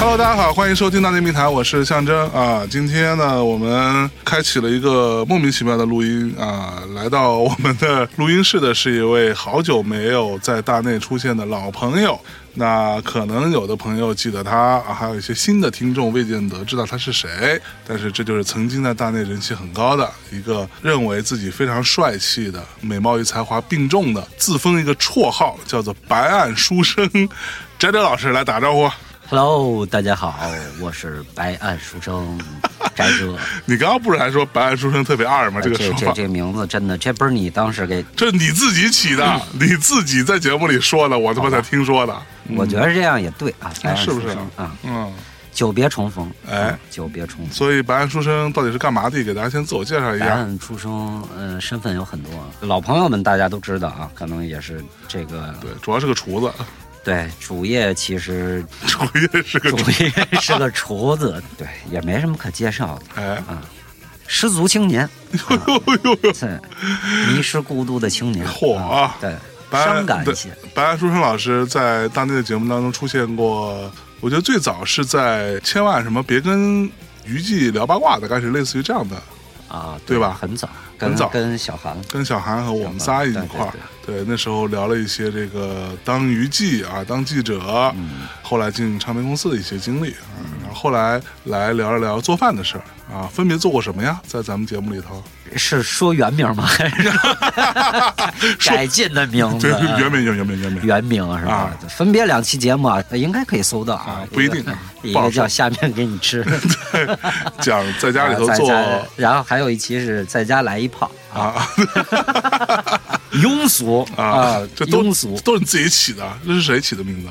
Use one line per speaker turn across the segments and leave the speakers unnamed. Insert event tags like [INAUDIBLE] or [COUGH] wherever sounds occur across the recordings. Hello，大家好，欢迎收听大内密谈，我是象征啊。今天呢，我们开启了一个莫名其妙的录音啊。来到我们的录音室的是一位好久没有在大内出现的老朋友。那可能有的朋友记得他啊，还有一些新的听众未见得知道他是谁，但是这就是曾经在大内人气很高的一个认为自己非常帅气的美貌与才华并重的，自封一个呃绰号叫做“白岸书生”。翟哲老师来打招呼。
Hello，大家好，我是白岸书生翟哲。
[LAUGHS] 你刚刚不是还说白岸书生特别二吗？这个
啊这
说
这
法，
这个名字真的，这不是你当时给？
这是你自己起的，
嗯
你自己在节目里说的，我他妈才听说的。
我觉得这样也对啊，白岸
嗯是不
书
是
生啊，
嗯，
久别重逢，
哎
嗯，久别重逢。
所啊以白岸书生到底是干嘛的？给大家先自我介绍一
白
下。
岸书生，呃，身份有很多，老朋友们大家都知道啊，可能也是这个
对，主要是个厨子， [LAUGHS]
对主业，其实
主业是个
主
厨。
业是个厨
[LAUGHS]
子，对，也没什么可介绍的，
哎，
啊失足
[LAUGHS]
青年，
呦呦呦呦，
对，迷失故都的青年，
嚯
啊对，
白
伤
岸
感一
对
些，
白岸书生老师在大内的节目当中出现过，我觉得最早是在《千万什么别跟娱记聊八卦》的开始，类似于这样的，
啊，
对吧
很早，
很
跟
早
跟小韩
跟小韩和我们仨一块儿，对，那时候聊了一些这个当娱记啊，当记者，
嗯
后来进唱片公司的一些经历啊，然后后来来聊一聊做饭的事儿啊，分别做过什么呀？在咱们节目里头，
[LAUGHS] 是说原名吗？还
[LAUGHS]
是改进的名字
对？，原名原名原名
[LAUGHS]
原名，
原名是吧？分别两期节目啊，应该可以搜到啊
啊，不一定
个一
不好
个
说
叫下面给你吃，
讲在 [LAUGHS] 家里头
啊在
做
家然后还有一期是在家来
[LAUGHS]
一炮，
啊
庸俗 [LAUGHS]
啊，这都
庸俗，
都是你自己起的，这是谁起的名字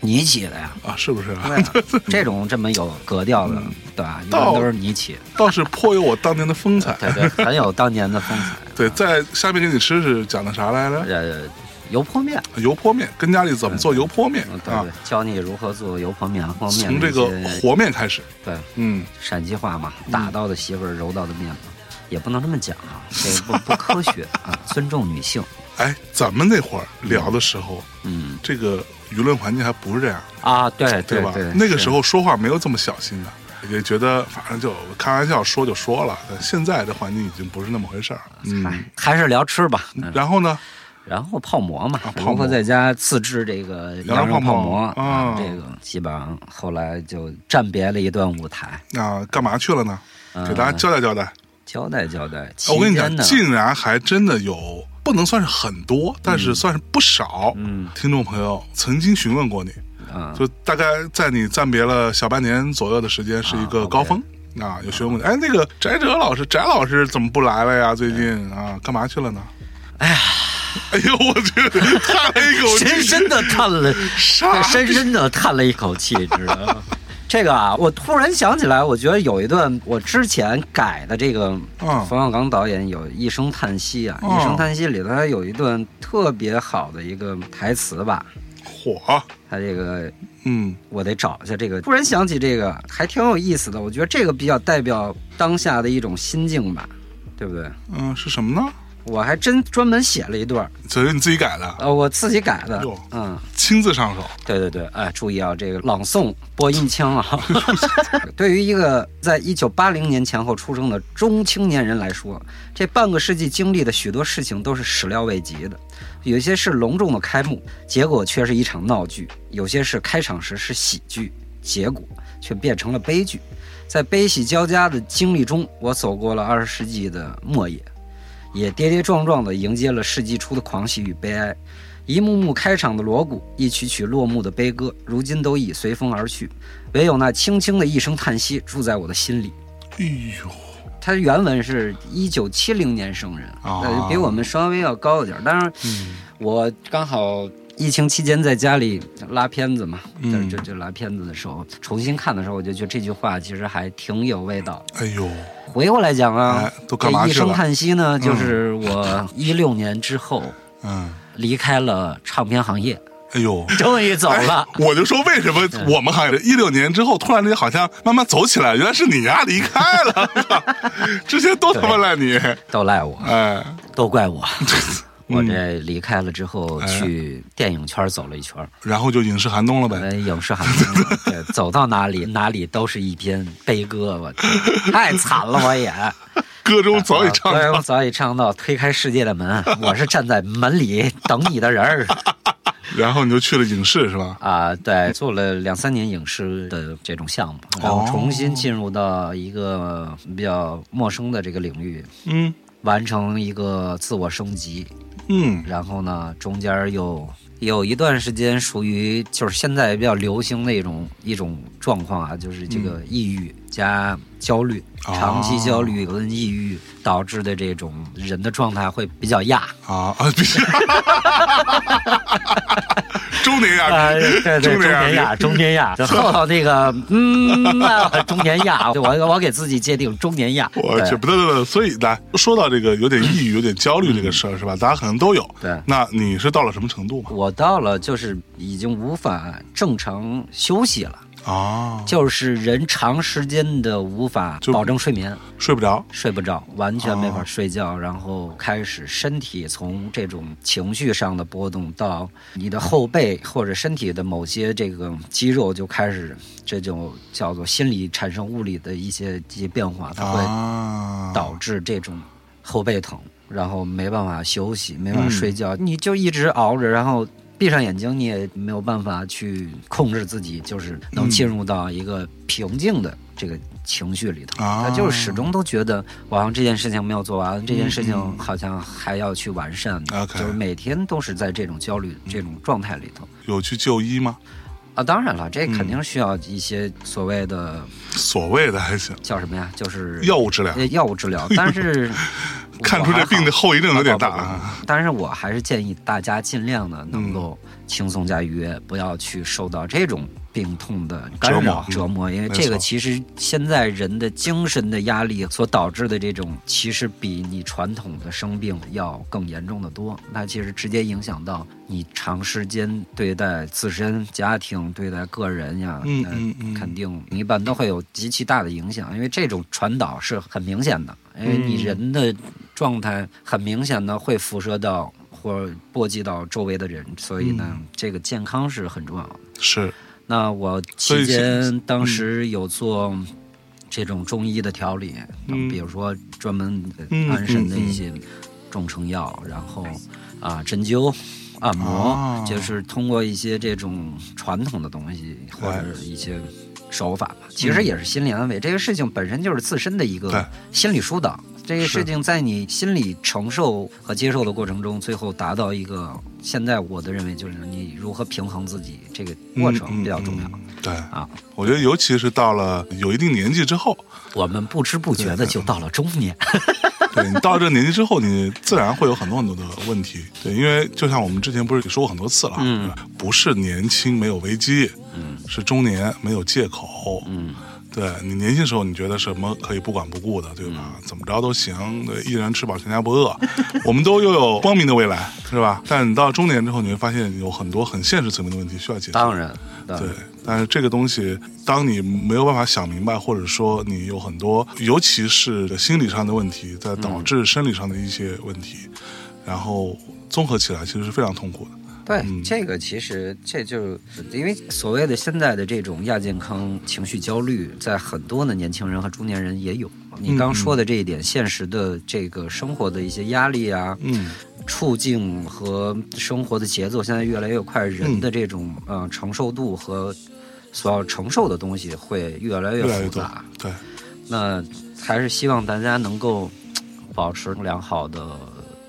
你起的
[LAUGHS]
呀？
啊？是不是啊？
对啊这种这么有格调的，对吧？一般
到
都是你起，
倒是颇有我当年的风采。
对
[LAUGHS]
对，很有当年的风采。
对，在下面给你吃是讲的啥来着？
呃，油泼面，
油泼面，跟家里怎么做油泼面
嗯对
啊
对？，教你如何做油泼面，和面
从
的
这
一
个
些
和面开始，
对
嗯，
陕西话嘛，打到的媳妇儿，揉到的面嘛，也不能这么讲啊，这个不不 [LAUGHS] 科学啊，尊重女性，
哎，咱们那会儿聊的时候，
嗯
这个舆论环境还不是这样，
啊，对对
吧
对，？
那个
是
时候说话没有这么小心的，也觉得反正就开玩笑说就说了。但现在这环境已经不是那么回事儿了。嗯，
哎还是聊吃吧，嗯，
然后呢，
然后泡馍嘛
啊，泡
如
馍
何在家自制这个
羊
羊
肉
肉
泡
泡
馍
馍
啊
啊，这个基本上后来就暂别了一段舞台，
啊，干嘛去了呢？给大家交代交代。
交代交代。嗯期
我跟你
间
讲，
呢，
竟然还真的有，不能算是很多，但
嗯
是算是不少。嗯，听众朋友曾经询问过你，
啊，
就大概在你暂别了小半年左右的时间，是一个高峰啊。有学问，哎，那个翟哲老师，翟老师怎么不来了呀？最近啊，干嘛去了呢？哎呀，哎呦，我去， [LAUGHS] 叹了一口
深
气，
深的叹了，呃
啥
深深的叹了一口气，知道
[LAUGHS]
吗？这个啊，我突然想起来，我觉得有一段我之前改的这个
嗯
冯小刚导演有《一声叹息》啊，
嗯
一声叹息》里头他有一段特别好的一个台词吧，
火，
他这个
嗯，
我得找一下这个。突然想起这个，还挺有意思的，我觉得这个比较代表当下的一种心境吧，对不对？
嗯、是什么呢？
我还真专门写了一段，
这是你自己改的，
呃，我自己改的
哟，
嗯。
亲自上手，
对对对，哎，注意啊，这个朗诵播音腔啊。 [LAUGHS] 对于一个在一九八零年前后出生的中青年人来说，这半个世纪经历的许多事情都是始料未及的，有些是隆重的开幕，结果却是一场闹剧；有些是开场时是喜剧，结果却变成了悲剧。在悲喜交加的经历中，我走过了二十世纪的末叶，也跌跌撞撞地迎接了世纪初的狂喜与悲哀。一幕幕开场的锣鼓，一曲曲落幕的悲歌，如今都已随风而去，唯有那轻轻的一声叹息住在我的心里。
哎呦，
他原文是一九七零年生人，
啊
那就比我们稍微要高一点。当然，
嗯
我刚好疫情期间在家里拉片子嘛，
嗯
就就就拉片子的时候，重新看的时候，我就觉得这句话其实还挺有味道。
哎呦，
回过来讲啊
哎，都干嘛
这一
去了
声叹息呢，就是我一六年之后
嗯
离开了唱片行业。
哎呦，
终于走了。
我就说为什么我们行业一六年之后突然间好像慢慢走起来，原来是你呀、离开了，之前都他妈赖你，
都赖我，
哎，
都怪我。 [LAUGHS] 我
嗯
这离开了之后，去
哎
电影圈走了一圈，
然后就影视寒冬了呗。
呃，影视行业对走到
[LAUGHS]
哪里哪里都是一篇悲歌，我天太惨了，我也。
歌中 [LAUGHS] 早已唱
歌
到，
中早已唱到，推开世界的
[LAUGHS]
门，我是站在门里等你的人儿
然后你就去了影视是吧？
啊！对，做了两三年影视的这种项目，
哦
然后重新进入到一个比较陌生的这个领域，
嗯
完成一个自我升级，
嗯
然后呢，中间又有一段时间属于就是现在比较流行的一种一种状况啊，就是这个抑郁加焦虑，
嗯哦
长期焦虑跟抑郁导致的这种人的状态会比较亚。
啊啊， [LAUGHS] 必须，中年
啊，
亚
对
中
对，中
年
年
亚
亚，中
[LAUGHS]
年亚，后头那个，嗯，啊中年亚，我我给自己界定中年亚，
我去，
对
不对不对，所以来说到这个有点抑郁、有点焦虑这个事儿是吧？大家可能都有。
嗯对
那你是到了什么程度嘛？
我到了就是已经无法正常休息了，
啊，
嗯就是人长时间的无法
就
保证睡眠，
睡不着
睡不着，完全没法睡觉，然后开始身体从这种情绪上的波动，到你的后背或者身体的某些这个肌肉就开始这种叫做心理产生物理的一些一些变
哦
化，它会
啊，
导致这种后背疼，然后没办法休息，没办法睡觉，你就一直熬着，然后闭上眼睛，你也没有办法去控制自己，就是能进入到一个平静的这个情绪里头。
啊
他就是始终都觉得，我好像这件事情没有做完，这件事情好像还要去完善，
嗯 OK 嗯
就是每天都是在这种焦虑、这种状态里头。
有去就医吗？
啊，当然了，这肯
嗯
定需要一些所谓的
所谓的还行，
叫什么呀？就是
药物治疗
呃药物治疗，但是
[LAUGHS] 看出这病的后遗症有点大啊。
啊。但是我还是建议大家尽量的能够
嗯
轻松加愉悦，不要去受到这种病痛的干
折
扰
磨嗯
折磨，因为
没
这个
错
其实现在人的精神的压力所导致的这种，其实比你传统的生病要更严重的多。它其实直接影响到你长时间对待自身、家庭、对待个人呀，
嗯
呃
嗯嗯
肯定一般都会有极其大的影响，因为这种传导是很明显的，因为你
嗯
人的状态很明显的会辐射到或波及到周围的人，所以呢，
嗯
这个健康是很重要的。
是
那我
所以
期间当
嗯
时有做这种中医的调理，
嗯
比如说专门呃
嗯
安神的
嗯嗯
一些中成药，然后啊针灸。按摩、
啊
就是通过一些这种传统的东西或
哎嗯
者一些手法吧，其实也是心理安慰。这个事情本身就是自身的一
对
个心理疏导。这个
是
事情在你心理承受和接受的过程中，最后达到一个现在我的认为就是你如何平衡自己这个过程比较重要。。
嗯嗯嗯对
啊，
我觉得尤其是到了有一定年纪之后，
我们不知不觉的就到了中年，
对你到了这个年纪之后，你自然会有很多很多的问题。对，因为就像我们之前不是也说过很多次了，
嗯，
不是年轻没有危机，
嗯
是中年没有借口，
嗯，
对你年轻时候，你觉得什么可以不管不顾的，对吧？
嗯
怎么着都行，对，一人吃饱全家不饿， [LAUGHS] 我们都拥有光明的未来，是吧？但你到中年之后，你会发现有很多很现实层面的问题需要解决。
当然，当
对
然，，
但是这个东西，当你没有办法想明白，或者说你有很多，尤其是心理上的问题，在导致生理上的一些问题，然后综合起来，其实是非常痛苦的。
对，
嗯
这个其实这就是因为所谓的现在的这种亚健康、情绪焦虑，在很多的年轻人和中年人也有。你刚说的这一点，现实的这个生活的一些压力啊，
嗯，
处境和生活的节奏现在越来越快，人的这种呃承受度和所要承受的东西会越来越
越来越
复
多
杂。，
对，
那还是希望大家能够保持良好的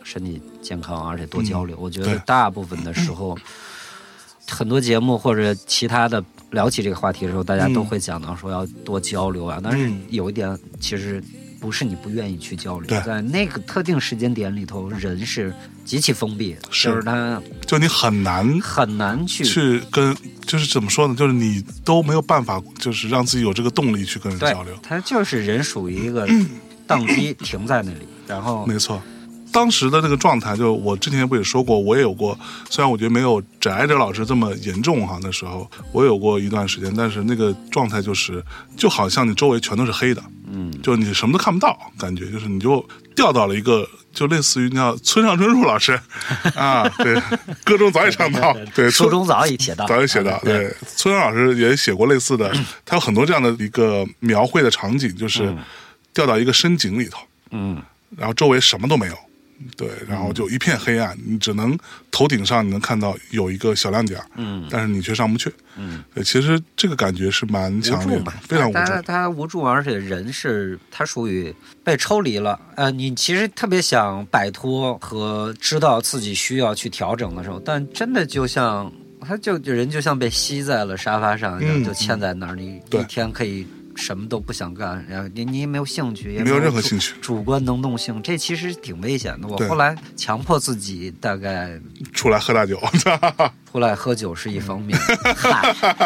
身体健康，而且多交流。我觉得
嗯对
大部分的时候，很多节目或者其他的聊起这个话题的时候，大家都
嗯
会讲到说要多交流啊。但是
嗯
有一点，其实不是你不愿意去交流
对，
在那个特定时间点里头，人是极其封闭的，
是
就是他
就你很难
很难去
去跟，就是怎么说呢？就是你都没有办法，就是让自己有这个动力去跟人
对
交流。 [CLEARS THROAT] 哦
他就是人属于一个宕机停在那里，然后
没错，当时的那个状态，就我之前不也说过，我也有过，虽然我觉得没有翟哲老师这么严重哈，那时候我有过一段时间，但是那个状态就是，就好像你周围全都是黑的，嗯，就你什么都看不到，感觉就是你就掉到了一个。就类似于叫村上春树老师啊， [LAUGHS] 对，歌中早已唱到，对，
书中早已写到，
早已写到，对，村上老师也写过类似的，他有很多这样的一个描绘的场景，就是掉到一个深井里头，
嗯，
然后周围什么都没有，对，然后就一片黑暗，你只能头顶上你能看到有一个小亮点，嗯，但是你却上不去，嗯，对，其实这个感觉是蛮
无
强烈
助
的
嘛，，
非常无
他
助，
他无助，而且人是他属于被抽离了。呃，你其实特别想摆脱和知道自己需要去调整的时候，但真的就像他就人就像被吸在了沙发上，然后
嗯
就嵌在那儿，你
对
一天可以什么都不想干，然后你你也没有兴趣，也
没有任何
主
兴趣，
主观能动性，这其实挺危险的。我
对
后来强迫自己大概
出来喝
[LAUGHS]
大酒，
出来喝酒是一方面， [LAUGHS] 嗨，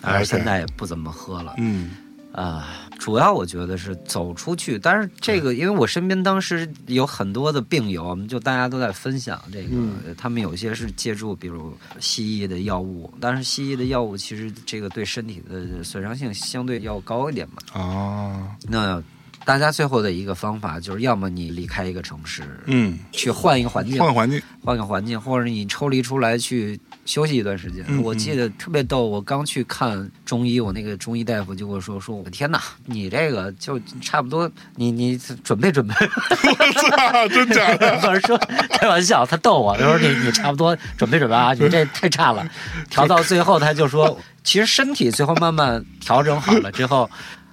但是现在也不怎么喝了。
嗯
啊、主要我觉得是走出去，但是这个，因为我身边当时有很多的病友，我们就大家都在分享这个，呃他们有些是借助比如西医的药物，但是西医的药物其实这个对身体的损伤性相对要高一点嘛。
啊，
那大家最后的一个方法就是，要么你离开一个城市，
嗯，
去换一个环境，
换个环境，
[LAUGHS]
[LAUGHS]
换个环境，或者你抽离出来去休息一段时间。
嗯
我记得特别逗，我刚去看中医，我那个中医大夫就跟我说：“说我天哪，你这个就差不多，你你准备准备。
操，真假”的，
我说开玩笑，他逗我，他说你你差不多准备准备啊，你这太
[LAUGHS]
差了。调到最后，他就说，其实身体最后慢慢调整好了之后。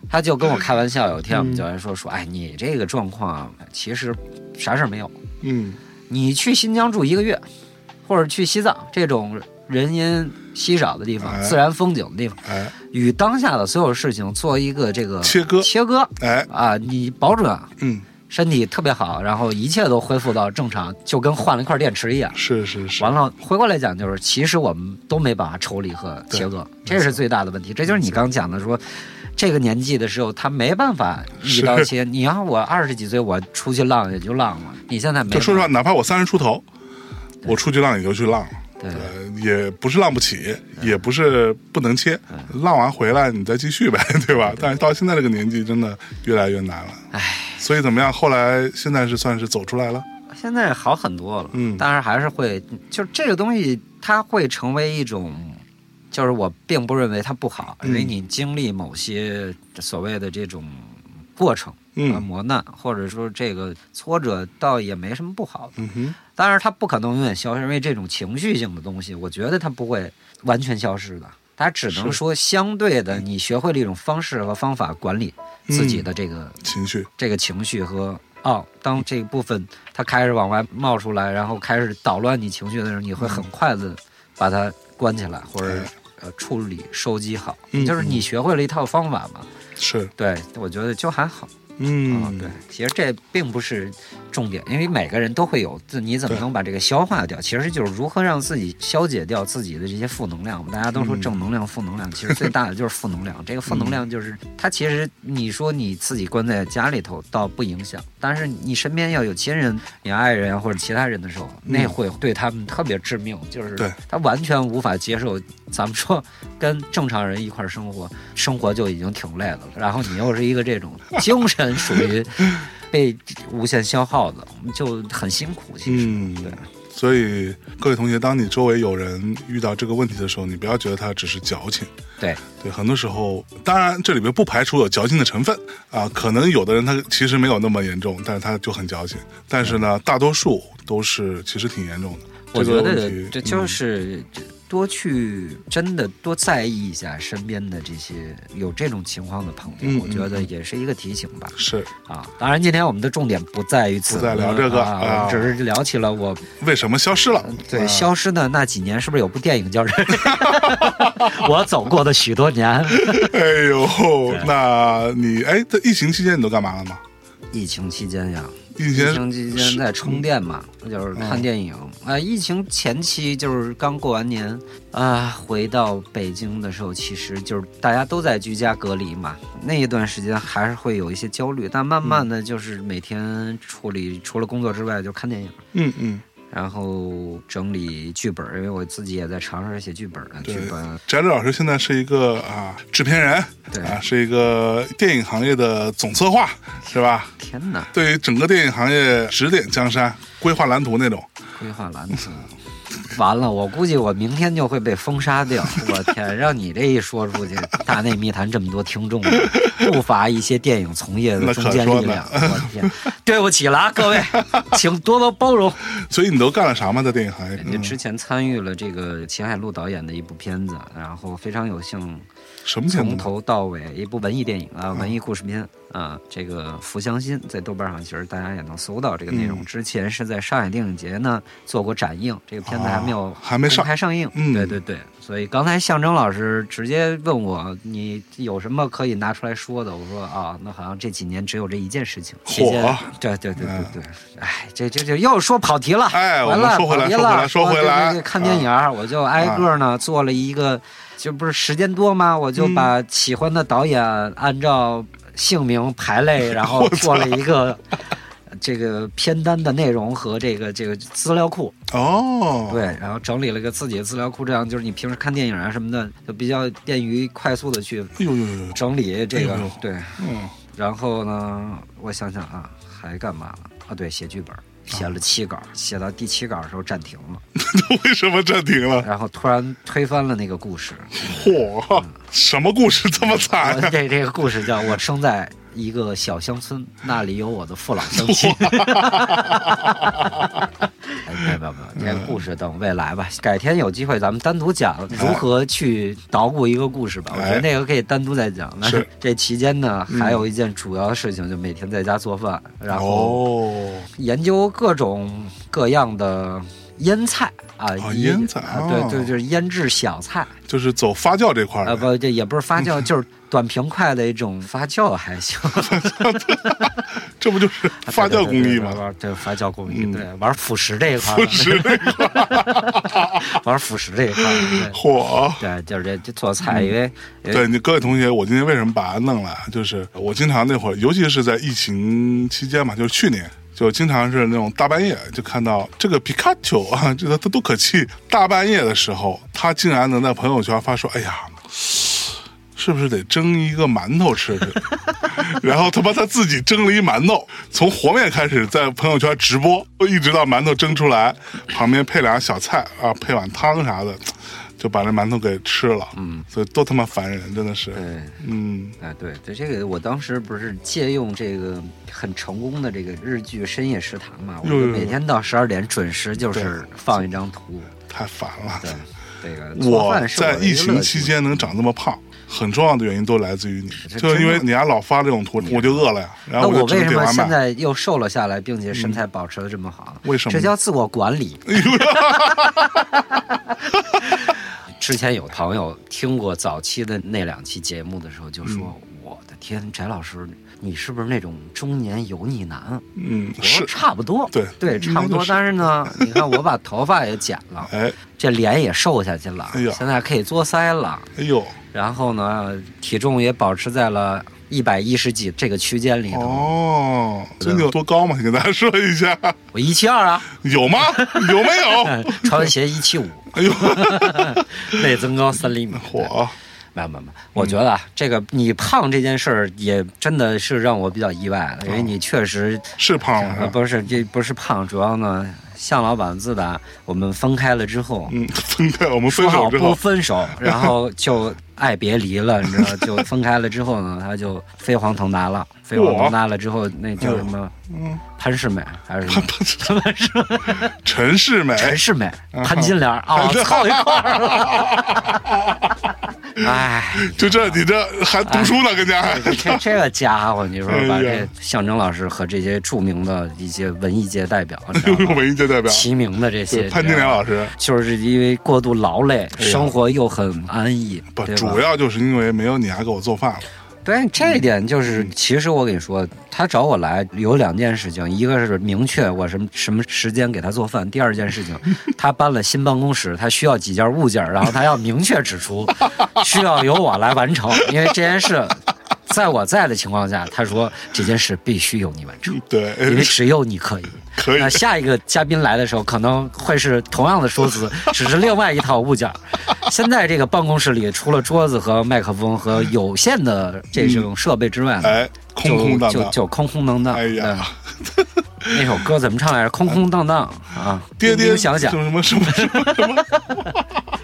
他就跟我开玩笑，有一天我
嗯
们教练说说，哎，你这个状况啊其实啥事儿没有，
嗯
你去新疆住一个月，或者去西藏这种人烟稀少的地方、
哎
自然风景的地方，
哎
与当下的所有事情做一个这个
切割
切割
哎，
啊，你保准啊
嗯，
身体特别好，然后一切都恢复到正常，就跟换了一块电池一样。
是是是，
完了，回过来讲就是，其实我们都没办法抽离和切割，这是最大的问题。这就是你刚讲的说，这个年纪的时候他没办法一刀切。你要我二十几岁，我出去浪也就浪了。你现在没
就
办法，
说实话，哪怕我三十出头，我出去浪也就去浪了。
对嗯
呃，也不是浪不起，也不是不能切，浪完回来你再继续呗， [LAUGHS] 对吧？但是到现在这个年纪，真的越来越难了。
唉。
所以怎么样？后来现在是算是走出来了，
现在好很多了，
嗯
但是还是会，就这个东西，它会成为一种，就是我并不认为它不好，
嗯
因为你经历某些所谓的这种过程、啊
嗯
磨难，或者说这个挫折，倒也没什么不好的。
嗯哼，
当然，它不可能永远消失，因为这种情绪性的东西，我觉得它不会完全消失的。它只能
是
说相对的，你学会了一种方式和方法管理自己
嗯
的这个
情绪，
这个情绪和哦，当这个部分它开始往外冒出来，然后开始捣乱你情绪的时候，你会很快的把它关起来，或者
哎
呃处理收集好，
嗯
就是你学会了一套方法嘛。
是，
对，我觉得就还好啊、
嗯，
对，其实这并不是重点，因为每个人都会有，自你怎么能把这个消化掉？其实就是如何让自己消解掉自己的这些负能量。我们大家都说
嗯
正能量、负能量，其实最大的就是负能量。这个负能量就是它，其实你说你自己关在家里头倒不影响，但是你身边要有亲人、你爱人啊或者其他人的时候，那会对他们特别致命，就
嗯
是
对
他完全无法接受。咱们说跟正常人一块儿生活，生活就已经挺累的了，然后你又是一个这种精神属于被无限消耗的，就很辛苦。其实，
嗯
对，
所以各位同学，当你周围有人遇到这个问题的时候，你不要觉得他只是矫情。
对，
对，很多时候，当然这里边不排除有矫情的成分啊，可能有的人他其实没有那么严重，但是他就很矫情。但是呢，大多数都是其实挺严重的。
我觉
这个问
得
题嗯
这就是多去真的多在意一下身边的这些有这种情况的朋友，
嗯
我觉得也是一个提醒吧。
嗯是
啊，当然今天我们的重点不在于此，
不在聊这个
啊，
啊
我们只是聊起了我
为什么消失了？
呃对，
啊
消失的那几年，是不是有部电影叫《人》？ [LAUGHS] 我走过的许多年。
哎呦，那你哎，在疫情期间你都干嘛了吗？
疫情期间呀，
疫
疫
情哦
情期间
是
在充电嘛，就是看电影。啊、疫情前期就是刚过完年啊，回到北京的时候，其实就是大家都在居家隔离嘛，那一段时间还是会有一些焦虑，但慢慢的就是每天处理、除了工作之外就看电影。
嗯嗯，
然后整理剧本，因为我自己也在尝试写剧本啊，
对
剧本
翟志老师现在是一个啊制片人
对
啊，是一个电影行业的总策划是吧？
天哪，
对于整个电影行业指点江山、规划蓝图那种。
规划蓝图。完了，我估计我明天就会被封杀掉。我天，让你这一说出去，《大内密谈》这么多听众，不乏一些电影从业的中坚力量。我天，对不起了啊，各位，请多多包容。
所以你都干了啥吗？在电影行业？
你
嗯
之前参与了这个秦海璐导演的一部片子，然后非常有幸
嗯什么节目
从？头到尾一部文艺电影
嗯
啊，文艺故事片啊，这个《福乡心》在豆瓣上其实大家也能搜到这个内容。
嗯
之前是在上海电影节呢做过展映，这个片子还没有
啊还没上
公开上映。
嗯
对对对，所以刚才象征老师直接问我你有什么可以拿出来说的，我说啊，那好像这几年只有这一件事情。这
火啊嗯
件对对对对对，哎，这这这又说跑题了。
哎我
完
们
了，
说回来说
跑题
回来
了
说回
对对
来
对对看电影。啊，我就挨个呢做了一个，就不是时间多吗？我
嗯
就把喜欢的导演按照姓名排类，然
[LAUGHS]
后做了一个这个片单的内容和这个这个资料库，
哦，
对，然后整理了个自己的资料库，这样就是你平时看电影啊什么的，就比较便于快速的去
哎呦呦呦呦， [LAUGHS]
整理这个
哎呦
对。
嗯，
然后呢，我想想啊，还干嘛了？啊，对，写剧本。写
啊
了七稿，写到第七稿的时候暂停了，
为什么暂停了？
然后突然推翻了那个故事，
嚯，
嗯
什么故事这么惨啊
我？ [LAUGHS] 这这个故事叫我生在一个小乡村，那里有我的父老乡亲。哎，不不不，这个故事等未来吧，改天有机会咱们单独讲
哎
如何去捣鼓一个故事吧。我觉得那个可以单独再讲。但
是嗯
是这期间呢，还有一件主要的事情，就每天在家做饭，然后
哦，
研究各种各样的腌菜啊
哦，
一
腌菜
啊
哦
对对，就是腌制小菜。
就是走发酵这块
啊，
儿的，
不，这也不是发
[LAUGHS]
酵，就是短平快的一种发酵还行。
这不就是发酵工艺吗？
玩啊对发酵工艺，
嗯
对玩腐蚀这一块儿，腐
蚀
这一块，玩腐蚀这一块儿，
[LAUGHS] 嚯！
对，对，就是这这做菜，因为因为
嗯对你各位同学，我今天为什么把它弄来？就是我经常那会儿，尤其是在疫情期间嘛，就是去年，就经常是那种大半夜就看到这个皮卡丘啊，这个他都可气，大半夜的时候，他竟然能在朋友圈发说：“哎呀，是不是得蒸一个馒头吃吃？” [LAUGHS] 然后他妈他自己蒸了一馒头，从和面开始在朋友圈直播，一直到馒头蒸出来，旁边配俩小菜啊，配碗汤啥的。就把这馒头给吃了，嗯，所以多他妈烦人，真的是，
对。
嗯，
啊，对，对，这个我当时不是借用这个很成功的这个日剧《深夜食堂》嘛，我
有
就
有
每
有
天到十二点准时就
对
是放一张图，
太烦了。
对，这个做
我
饭是我
在
的一
疫
个
情
乐
期
趣
间能长这么胖，很重要的原因都来自于你，
这
就是因
真的啊
为你家老发这种图，我就饿了呀，然
那
后
我
就只
为
能
什
点
么
外
现
卖。
在又瘦了下来，并且身材保持的这么好？
嗯为什么呢
这叫自我管理。
[LAUGHS]
之前有朋友听过早期的那两期节目的时候，就说：“
嗯
我的天，翟老师，你是不是那种中年油腻男啊？”
嗯，
我说
是，
差不多，
对
对，
应该
差不
就
多。
是
但是呢，你看我把头发也剪
[LAUGHS]
了，
哎，
这脸也瘦下去了
哎呀，
现在可以做腮了。
哎呦，
然后呢，体重也保持在了一百一十几这个区间里头。
哦，真的有多高吗？你跟大家说一下，
我一七二啊，
有吗？有没有？
[LAUGHS] 穿鞋一七五，
哎呦，
内增高三厘米。
火，
没有没有没有，我觉得啊，这个你胖这件事儿也真的是让我比较意外的，因为你确实、
是胖了
[LAUGHS] 呃
是吧，
不是这不是胖，主要呢，向老板自打我们分开了之后，
嗯，分开，我们分
说
手
好
之
不
后，
分手，然后就爱别离了，你知道，就分开了之后呢，他就飞黄腾达了，飞黄腾达了之后，那叫什么
嗯，
潘世美还是什么？潘世美
陈世美，
陈世美、
嗯
潘金
[LAUGHS]
莲啊，凑一块儿了。哎，
就这，你这还读书呢，跟家，
[LAUGHS] 这这这个家伙，你说
哎呀
把这象征老师和这些著名的一些文艺界代表，你知
又 [LAUGHS]
道
是
吗
文艺界代表，
齐名的这些
啊对，潘金莲老师。
就是因为过度劳累，
呀
生活又很安逸，
不，
对吧
主要就是因为没有你还给我做饭了。
对，这一点就是，其实我跟你说，他找我来有两件事情，一个是明确我什么什么时间给他做饭，第二件事情，他搬了新办公室，他需要几件物件，然后他要明确指出，需要由我来完成，因为这件事。在我在的情况下，他说这件事必须由你完成，
对， [LAUGHS]
因为只有你可以。
可以
那下一个嘉宾来的时候，可能会是同样的说辞，只是另外一套物件儿。现在这个办公室里，除了桌子和麦克风和有限的这种设备之外，
嗯哎，空空荡
就就嗯
荡。
就空空荡荡。
哎呀，
对，那首歌怎么唱来着？空空荡荡啊，
哎爹
叮
爹
叮响响
什。么什么什么什
[LAUGHS]
么？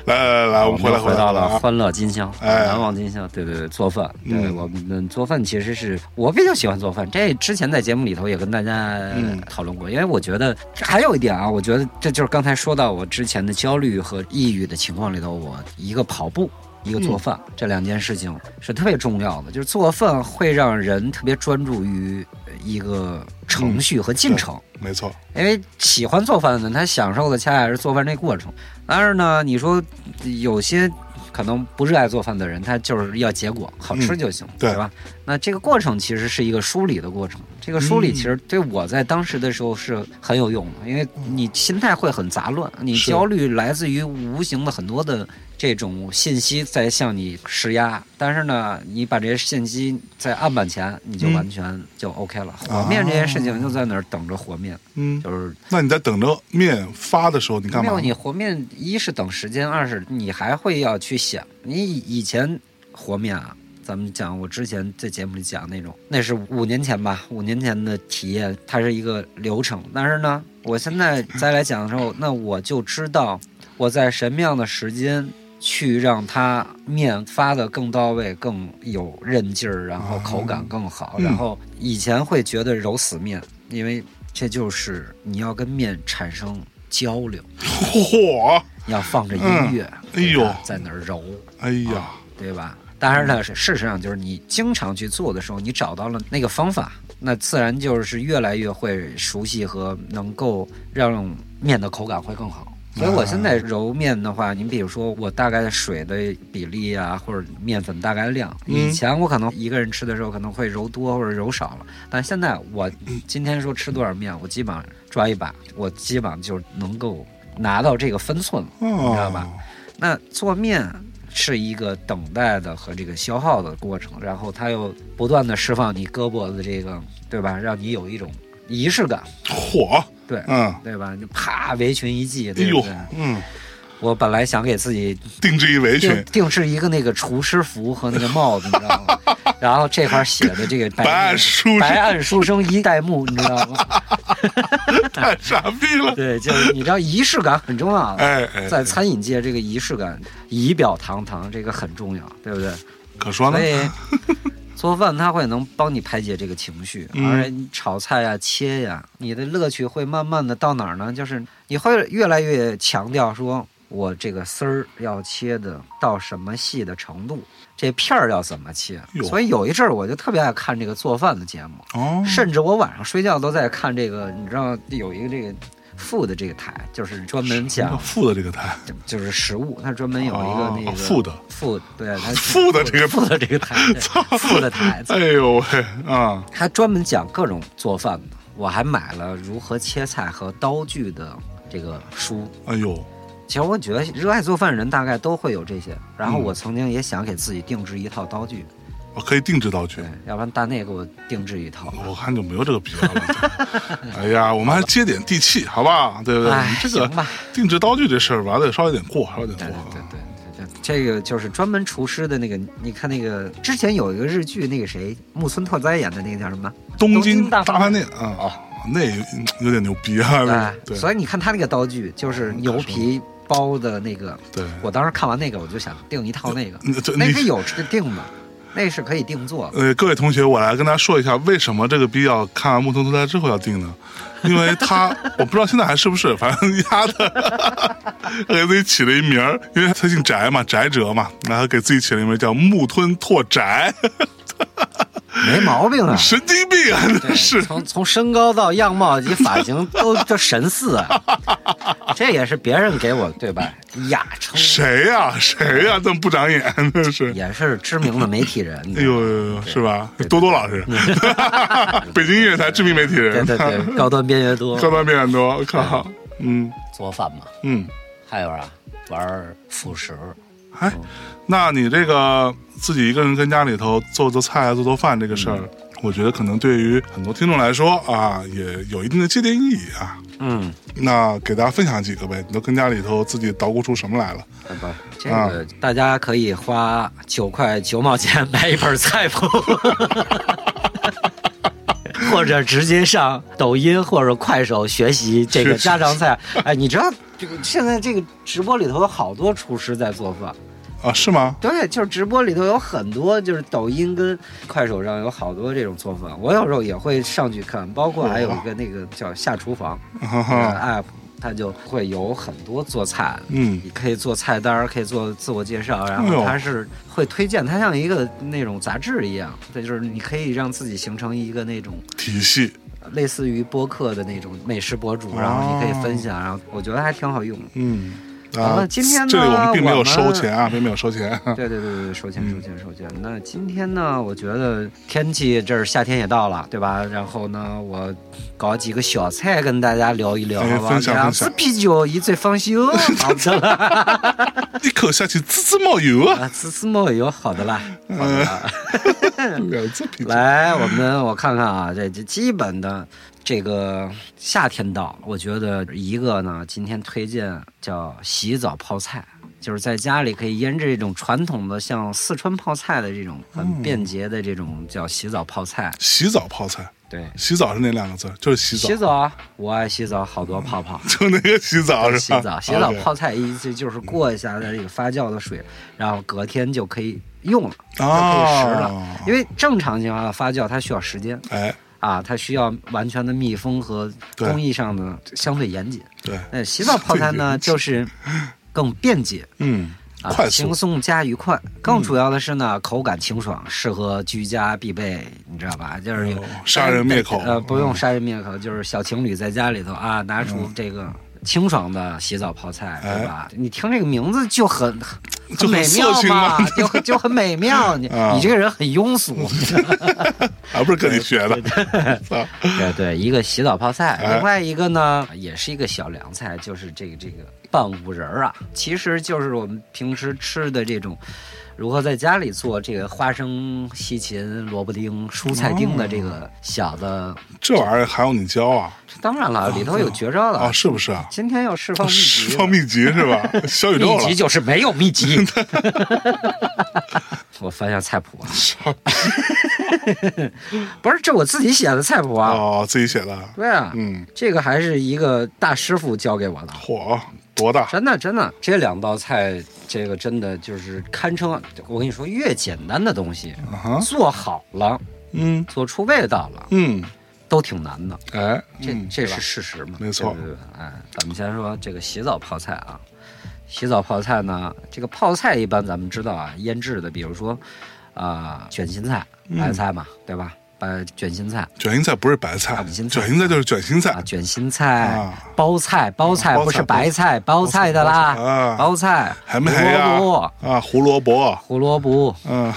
来来来来，我们回来
回
来
到
了
了
啊！
欢乐今宵，
哎
难忘今宵。对对对，做饭，对、
嗯
我们做饭其实是我比较喜欢做饭。这之前在节目里头也跟大家
嗯
讨论过，因为我觉得还有一点啊，我觉得这就是刚才说到我之前的焦虑和抑郁的情况里头，我一个跑步。一个
嗯
做饭，这两件事情是特别重要的。就是做饭会让人特别专注于呃一
嗯
个程序和进程，
没错，
因为喜欢做饭的，他享受的恰恰是做饭这过程。但是呢，你说有些可能不热爱做饭的人，他就是要结果，好吃就行，
嗯对
吧？那这个过程其实是一个梳理的过程，这个梳理其实对我在当时的时候是很有用的，因为你心态会很杂乱，你
嗯是
焦虑来自于无形的很多的这种信息在向你施压，但是呢，你把这些信息在案板前，你就
嗯啊
完全就 OK 了。和面这件事情就在那儿等着和面，
嗯，
就是
那你在等着面发的时候，你干
没有
嘛？
你和面，一是等时间，二是你还会要去想。你以前和面啊，咱们讲我之前在节目里讲那种，那是五年前吧，五年前的体验，它是一个流程。但是呢，我现在再来讲的时候，那我就知道我在什么样的时间。去让它面发的更到位，更有韧劲儿，然后口感更好。
嗯
然后以前会觉得揉死面，因为这就是你要跟面产生交流，
嚯！
要放着音乐，
嗯哎呦
对吧在那儿揉，
哎呀，
对吧？当然了，事实上就是你经常去做的时候，你找到了那个方法，那自然就是越来越会熟悉和能够让面的口感会更好。
嗯
所以我现在揉面的话，你比如说我大概水的比例啊，或者面粉大概量，
嗯
以前我可能一个人吃的时候可能会揉多或者揉少了，但现在我今天说吃多少面，我基本上抓一把，我基本上就能够拿到这个分寸了。
你
哦知道吧？那做面是一个等待的和这个消耗的过程，然后它又不断的释放你胳膊的这个，对吧？让你有一种仪式感，
火，
对。
嗯，
对吧？就啪围裙一系，
哎
对
呦
不对？，
嗯，
我本来想给自己
定制一围裙
定，定制一个那个厨师服和那个帽子，你知
[LAUGHS]
道吗？然后这块写的这个啊白
白案书
白
生
案书生一代目，你知道吗？
[LAUGHS] 太傻逼了，
啊对，就是你知道仪式感很重要的。
哎哎，
在餐饮界，这个仪式感、仪表堂堂，这个很重要，对不对？
可说呢
所，以 [LAUGHS] 做饭它会能帮你排解这个情绪，
嗯
而且你炒菜呀、切呀，你的乐趣会慢慢的到哪儿呢？就是你会越来越强调说，我这个丝儿要切的到什么细的程度，这片儿要怎么切
哟。
所以有一阵儿我就特别爱看这个做饭的节目，
哦，
甚至我晚上睡觉都在看这个，你知道有一个这个。副的这个台就是专门讲，
负的这个台，
就就是食物，它专门有一个
哦
那个
副的
副，对，它是
副的这个
副的这
[LAUGHS]
个台，对副的台，
哎呦喂，啊，
他专门讲各种做饭的。我还买了如何切菜和刀具的这个书。
哎呦，
其实我觉得热爱做饭的人大概都会有这些。然后
嗯
我曾经也想给自己定制一套刀具，
我可以定制道具
对。，要不然大内给我定制一套。
我看就没有这个必要了。 [LAUGHS] 哎呀，我们还接点地气，好吧？对不对？
哎，
这
行
个
吧，
定制刀具这事儿吧，得稍微有点过，稍微有
对
点
对
过啊
对。对对对，这个就是专门厨师的那个。你看那个之前有一个日剧，那个谁木村拓哉演的那个叫什么？
东
京
京
大
大
饭
饭店啊，啊，那有点牛逼啊
哎。，
对
所以你看他那个刀具，就是牛皮包的那个。
对，
我当时看完那个，我就想订一套那个。
你这
那
你
是有这个定的，那是可以定做的。
呃，各位同学，我来跟大家说一下，为什么这个逼要看完《木头脱胎》之后要定呢？因为他，我不知道现在还是不是，反正丫的给自己起了一名儿，因为他姓翟嘛，翟哲嘛，然后给自己起了一名叫木吞拓翟，
没毛病啊。
神经病啊，真是 [LAUGHS]
从从身高到样貌以及发型都都神似啊，这也是别人给我对吧？雅称
谁呀、谁呀、这么不长眼，真是。
也是知名的媒体人，
[LAUGHS] 哎呦呦呦，是吧？多多老师， [LAUGHS] 北京音乐台知名媒体
对
人，[LAUGHS]
对对，高端边缘多，
高端面很多，我靠，嗯
做饭嘛，
嗯，
还有啊，玩辅食，
哎，那你这个自己一个人跟家里头做做菜、啊做做饭这个事
嗯
儿，我觉得可能对于很多听众来说啊，也有一定的借鉴意义啊。
嗯，
那给大家分享几个呗，你都跟家里头自己捣鼓出什么来了？
哎不，这个大家可以花九块九毛钱买一本菜 [LAUGHS] 谱，或者直接上抖音或者快手学习这个家常菜。哎，你知道这个现在这个直播里头有好多厨师在做饭，
啊，是吗？
对，就是直播里头有很多，就是抖音跟快手上有好多这种做饭，我有时候也会上去看，包括还有一个那个叫下厨房
哈
那个
哈，
app，它就会有很多做菜的。
[LAUGHS] 嗯
你可以做菜单儿，可以做自我介绍，然
哎呦
后它是会推荐，它像一个那种杂志一样，对，就是你可以让自己形成一个那种
体系
类似于播客的那种美食博主，
哦
然后你可以分享，然后我觉得还挺好用的。
嗯
好
啊，
了今天呢
这里我们并没有
我们
收钱啊，并 [LAUGHS] 没有收钱。
对对对对，对收钱
嗯
收钱收钱。那今天呢，我觉得天气这儿夏天也到了，对吧？然后呢，我搞几个小菜跟大家聊一聊，
哎
好吧？
分享
两
分享
次啤酒，一醉方休，好的了。
一口下去，滋滋冒油啊！
[LAUGHS] 啊， [LAUGHS] 吃吃冒油，好的啦，好的啦。
两次啤酒，
[LAUGHS] 来，我们我看看啊，这这基本的这个夏天到了，我觉得一个呢，今天推荐叫洗澡泡菜，就是在家里可以腌制一种传统的像四川泡菜的这种很便捷的这种叫洗澡泡菜。
洗澡泡菜，
对，
洗澡是哪两个字？就是洗澡，
洗澡啊，我爱洗澡，好多泡泡。
[LAUGHS] 就那个洗澡是
洗
吧？
澡，洗澡
OK
泡菜一就就是过一下的这个发酵的水，然后隔天就可以用了，就可以食了
哦。
因为正常情况下发酵它需要时间
哎，
啊，它需要完全的密封和
对
工艺上的相对严谨。
对，
那洗澡泡菜呢，就是更便捷。
嗯，
啊，
快
轻
速，嗯
松加愉快，更主要的是呢，口感清爽，适合居家必备，你知道吧？就是有
哦杀人灭口嗯
呃，不用杀人灭口，就是小情侣在家里头啊，拿出这个清爽的洗澡泡菜，
嗯哎
对吧？你听这个名字就很
就
很
很
美
色
妙
情
嘛
嘛，
就很就很美妙。你
[LAUGHS] 啊
你这个人很庸俗， [LAUGHS]
还啊不是跟你学的？ [LAUGHS] 啊操
[LAUGHS] 对对，一个洗澡泡菜，
哎
另外一个呢，也是一个小凉菜，就是这个这个棒骨仁儿啊，其实就是我们平时吃的这种，如何在家里做这个花生、西芹、萝卜丁、蔬菜丁的这
哦
个小的，
这玩意儿还要你教啊？
当然了，里头有绝招
啊，
了。
是不是啊？
今天要释放秘籍
十
了，
方秘籍是吧？
[LAUGHS]
小宇宙
秘
了
籍，就是没有
[LAUGHS]
秘籍。我翻下菜谱啊， [LAUGHS] 不是这我自己写的菜谱啊，
哦，自己写的，
对啊，
嗯，
这个还是一个大师傅教给我的。
嚯，多大？
真的，真的，这两道菜，这个真的就是堪称，我跟你说，越简单的东西
啊哈，
做好了，
嗯
做出味道了，
嗯，
都挺难的，
哎，
这、
嗯
这
吧
是事实嘛？
没错
对对对哎，咱们先说这个洗澡泡菜啊，洗澡泡菜呢，这个泡菜一般咱们知道啊，腌制的，比如说啊、卷心菜、白菜嘛，
嗯
对吧？白卷心菜
卷心菜不是白菜，
啊
卷
卷心菜
心菜就是卷心
啊，
菜，
卷心菜、
啊
包菜，包菜
包菜
不是
包
白菜，包菜的
包菜啊
啦，包菜，
还没还
胡萝
呀
卜，
啊，胡萝卜，
胡萝卜，
嗯，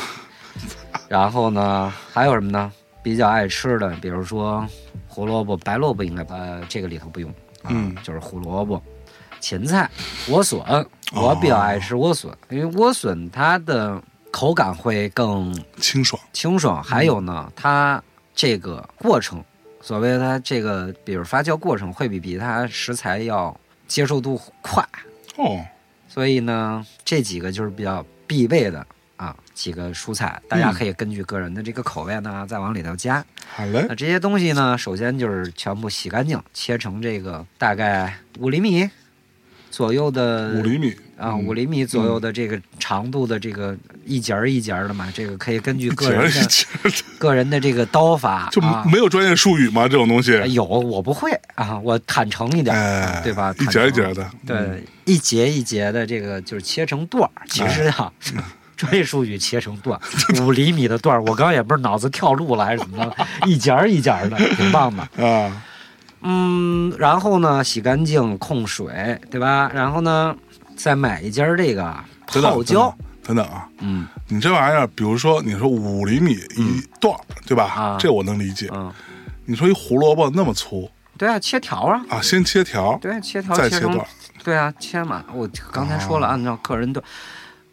然后呢，还有什么呢？比较爱吃的，比如说胡萝卜、白萝卜应该呃这个里头不用，啊、
嗯哦
就是胡萝卜、芹菜、莴笋，我比较爱吃莴笋，因为莴笋它的口感会更
清爽，
清爽，还有
嗯
呢，它这个过程，所谓它这个比如发酵过程会比比它食材要接受度快，
哦，
所以呢，这几个就是比较必备的啊，几个蔬菜，大
嗯
家可以根据个人的这个口味呢，再往里头加。
好嘞
那，这些东西呢，首先就是全部洗干净，切成这个大概五厘米左右的
五厘米
啊，
嗯
五厘米左右的这个长度的这个一节儿一节儿的嘛，这个可以根据
一
个
节
人
儿一
的
节儿的，
个人的这个刀法
就
啊。
没有专业术语吗？这种东西，
有我不会啊，我坦诚一点，
哎，
对吧？
一节儿一节嗯儿的，
对，一节一节的这个就是切成段
哎
儿。其实啊，
嗯
[LAUGHS] 专业术语切成段儿，五厘米的 [LAUGHS] 段儿。我刚刚也不是脑子跳路了还是怎么着，一节儿一节儿的，挺棒的。
啊，
嗯，然后呢，洗干净控水，对吧？然后呢，再买一件这个
等等
泡椒，
等等啊，
嗯
你这玩意儿，比如说你说五厘米一段儿，对吧？
啊
这我能理解。
嗯，
你说一胡萝卜那么粗
对啊，切条啊，
啊，先切条，
对啊，切条
再
切
切
成
段儿，哦
对啊，千满，我刚才说了，按照个人段，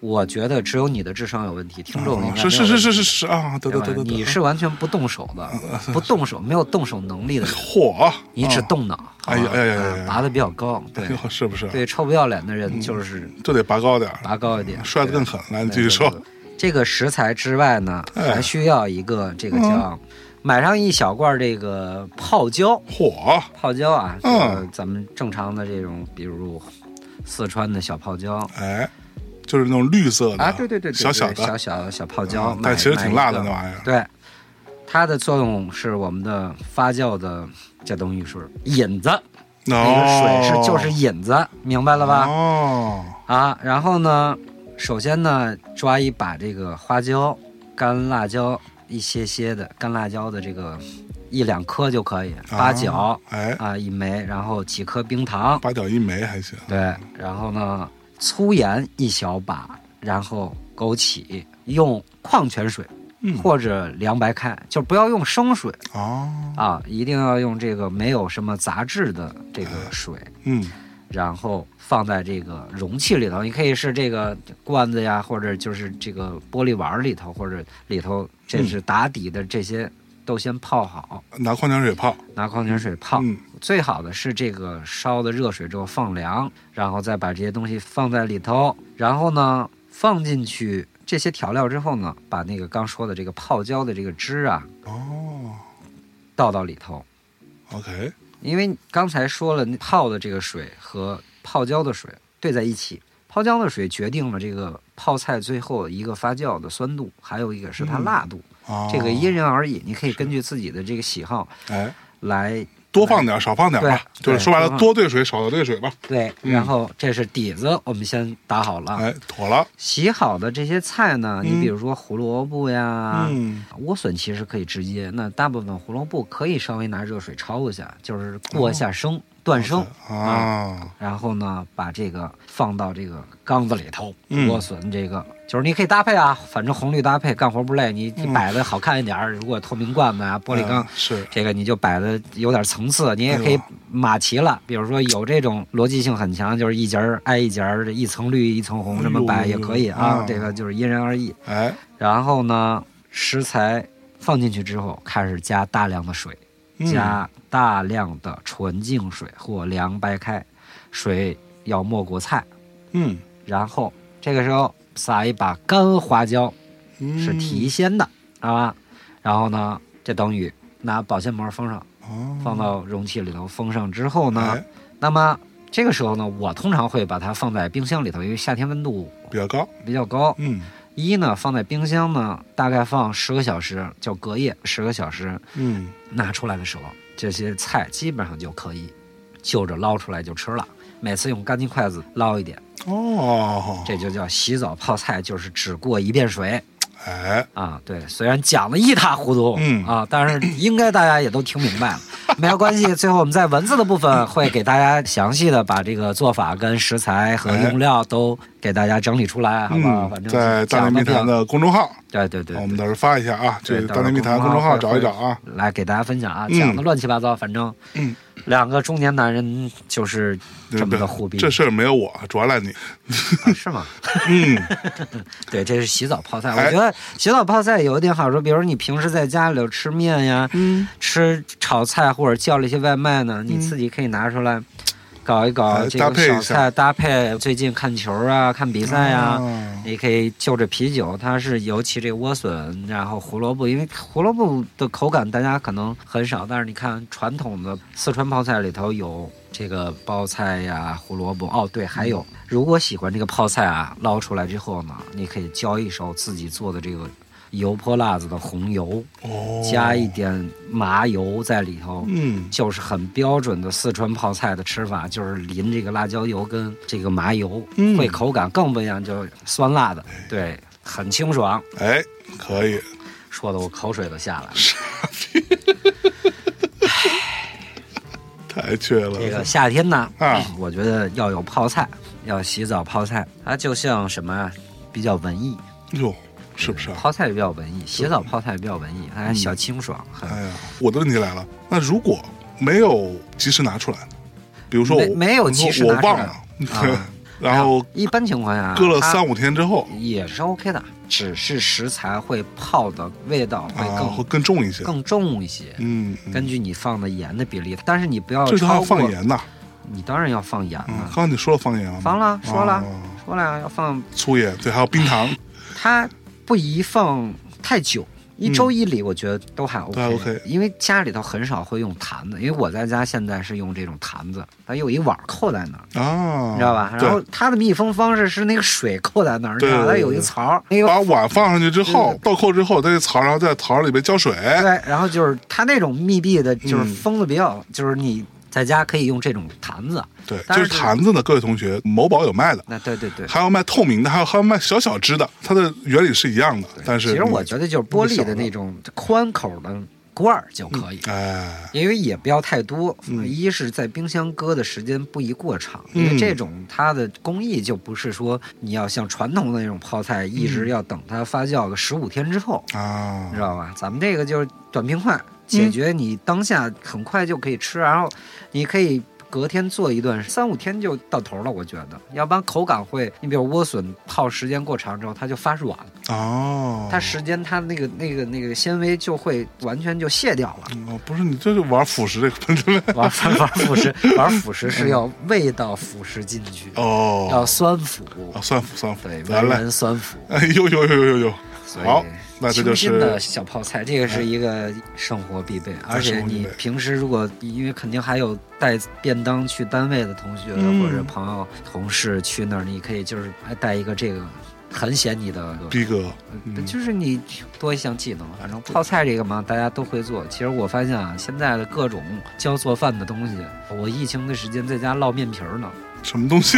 我觉得只有你的智商有问题，听众应
啊是是
该没有
是
问
是
题
是是啊，得
对
得
吧
得得得，
你是完全不动手的，
嗯
不动手，没有动手能力的人，
火，
你只
啊
动脑，
哎呀
好吧
哎呀哎呀
啊
哎呀
拔的比较高，对
哎呦是不是？
对，臭不要脸的人就是
就得拔高点儿，
拔高一点，
摔得更狠。来，你嗯继续说。
这个食材之外呢，
哎嗯
还需要一个这个叫，买上一小罐这个泡椒，
火，
泡椒啊，
嗯
就是咱们正常的这种，比如四川的小泡椒
哎，就是那种绿色的
啊，对对对，对
小小的，
对小小小泡椒，
嗯
买
但其实挺辣的那
买一个
玩意儿。
对，它的作用是我们的发酵的，这东西是引子，那
那
个水是就是引子，明白了吧？
哦，
啊，然后呢，首先呢，抓一把这个花椒、干辣椒，一些些的干辣椒的这个一两颗就可以，八角
哎，
啊一枚，然后几颗冰糖，
八角一枚还行。
对，然后呢，粗盐一小把，然后枸杞，用矿泉水
嗯，
或者凉白开，就不要用生水
哦，
啊，一定要用这个没有什么杂质的这个水。
嗯，
然后放在这个容器里头，你可以是这个罐子呀，或者就是这个玻璃碗儿里头，或者里头这
嗯
是打底的这些都先泡好，
拿矿泉水泡，
拿矿泉水泡。
嗯，
最好的是这个烧的热水之后放凉，然后再把这些东西放在里头，然后呢放进去这些调料之后呢，把那个刚说的这个泡椒的这个汁啊
哦
倒到里头，
，OK，
因为刚才说了，泡的这个水和泡椒的水兑在一起，泡椒的水决定了这个泡菜最后一个发酵的酸度，还有一个是它辣度，
哦，
这个因人而异。你可以根据自己的这个喜好
哎，
来
多放点儿，少放点儿吧，
对
就是
对
说白了，
多放
多兑水，少兑水吧。
对。
嗯
然后这是底子，我们先打好了。
哎，妥了。
洗好的这些菜呢，
嗯
你比如说胡萝卜呀。
嗯，
莴笋其实可以直接，那大部分胡萝卜可以稍微拿热水焯一下，就是
哦
过一下生、断生，
啊，
然后呢，把这个放到这个缸子里头，
嗯
莴笋这个就是你可以搭配啊，反正红绿搭配，干活不累，你你
嗯
摆的好看一点儿。如果透明罐子啊、玻璃缸
嗯，是
这个你就摆的有点层次，你也可
哎
以
呦
码齐了。比如说有这种逻辑性很强，就是一节儿挨一节儿，一层绿一层红，这么摆
哎呦
也可以啊
嗯。
这个就是因人而异。
哎，
然后呢，食材放进去之后，开始加大量的水。
嗯
加大量的纯净水或凉白开，水要没过菜，
嗯，
然后这个时候撒一把干花椒，
嗯
是提鲜的、啊。然后呢，这等于拿保鲜膜封上，
嗯，
放
哦
到容器里头封上之后呢，
哎
那么这个时候呢，我通常会把它放在冰箱里头，因为夏天温度
比较高。
比较高。
嗯
一呢，放在冰箱呢，大概放十个小时，叫隔夜十个小时。
嗯，
拿出来的时候，这些菜基本上就可以就着捞出来就吃了。每次用干净筷子捞一点，
哦，
这就叫洗澡泡菜，就是只过一遍水
哎，
啊。对，虽然讲的一塌糊涂，
嗯
啊，但是应该大家也都听明白了。没有关系，最后我们在文字的部分会给大家详细的把这个做法跟食材和用料都给大家整理出来，好不好？反
哎嗯，
正
在大内
讲的
密
比较
谈的公众号，
对对对
我，们到时候发一下啊，
对
这
到
大内密谈公众号找一找啊。
来给大家分享啊，
嗯
讲的乱七八糟，反正
嗯
两个中年男人就是这么的互逼，
这事儿没有我，主要赖你。
啊是吗？ [LAUGHS]
嗯，
对，这是洗澡泡菜。
哎
我觉得洗澡泡菜有一点好处，比如你平时在家里头吃面呀、
嗯，
吃炒菜或者叫了一些外卖呢，你自己可以拿出来搞一搞
哎
这
搭
个
配一
小
下哦
菜搭配。最近看球啊，看比赛呀。你可以就着啤酒，它是尤其这莴笋，然后胡萝卜，因为胡萝卜的口感大家可能很少，但是你看传统的四川泡菜里头有这个包菜呀、胡萝卜，哦对，还
嗯
有如果喜欢这个泡菜啊，捞出来之后呢，你可以浇一勺自己做的这个油泼辣子的红油，
哦，
加一点麻油在里头。
嗯，
就是很标准的四川泡菜的吃法，就是淋这个辣椒油跟这个麻油，
嗯
会口感更不一样，就是酸辣的，对，很清爽。
哎，可以，
说的我口水都下来了。
太缺了。
这个夏天呢，
啊
我觉得要有泡菜，要洗澡泡菜，它就像什么啊比较文艺，
哟，是不是啊？嗯
泡菜比较文艺，洗澡泡菜比较文艺，它还小清爽，很
哎呀，我的问题来了，那如果没有及时拿出来呢，比如说我
没没有及时
我
拿出来
忘 [LAUGHS] 了，
啊
然后
一般情况下
搁了
它
三五天之后
也是 OK 的，只是食材会泡的味道会
啊，
更、
会更重一些。
更重一些。
嗯，嗯
根据你放的盐的比例，但是你不要
这是他
超
要
过。
放盐的。
你当然要放盐
嗯，
了
刚，刚你说了放盐了吗？
放了说了
哦
说了呀要放，
粗盐，对，还有冰
[LAUGHS]
糖，
它不宜放太久，一周一里我觉得都还 OK，、
嗯都还 OK
因为家里头很少会用坛子，因为我在家现在是用这种坛子，它有一碗扣在那儿。
啊，
你知道吧？然后它的密封方式是那个水扣在那儿，
对
你知道吧它
对
有一
对哦
槽儿，那
对
个
把碗放上去之
嗯
后，倒扣之后，在这槽，然后在槽里边浇水，
对，然后就是它那种密闭的，就是
哎嗯
封的比较，就是你在家可以用这种坛子。
对，
当
就
然
是坛子呢，各位同学，某宝有卖的，
那对对对，
还有卖透明的，还有还有卖小小只的，它的原理是一样的，但是
其实
你
我觉得就是玻璃的那种宽口的罐儿就可以。
哎，
因为也不要太多，呃一是在冰箱搁的时间不宜过长，
嗯
因为这种它的工艺就不是说你要像传统的那种泡菜，
嗯
一直要等它发酵个十五天之后，
啊
你知，道吧？咱们这个就是短平快，
嗯
解决你当下很快就可以吃，然后你可以隔天做一顿，三五天就到头了。我觉得，要不然口感会，你比如莴笋泡时间过长之后，它就发软了，
哦，
它时间它那个那个那个纤维就会完全就卸掉了。
哦，不是你这是玩腐蚀这个
[LAUGHS]
[LAUGHS]
玩玩腐 [LAUGHS] 蚀，玩腐蚀是要味道腐蚀进去，要
哦，
酸腐，
啊，算腐算腐
对，，
完
文
了，
人酸腐。
哎呦呦呦呦呦，
所以
好，那这就
清新的
是
小泡菜，这个是一个哎生活必备，而且你平时如果因为肯定还有带便当去单位的同学、
嗯
或者朋友、同事去那儿，你可以就是带一个这个，很显你的。
逼哥，嗯
就是你多一项技能，反正泡菜这个嘛，大家都会做。其实我发现啊，现在的各种教做饭的东西，我疫情的时间在家烙面
[LAUGHS]
皮儿呢，
什么东西？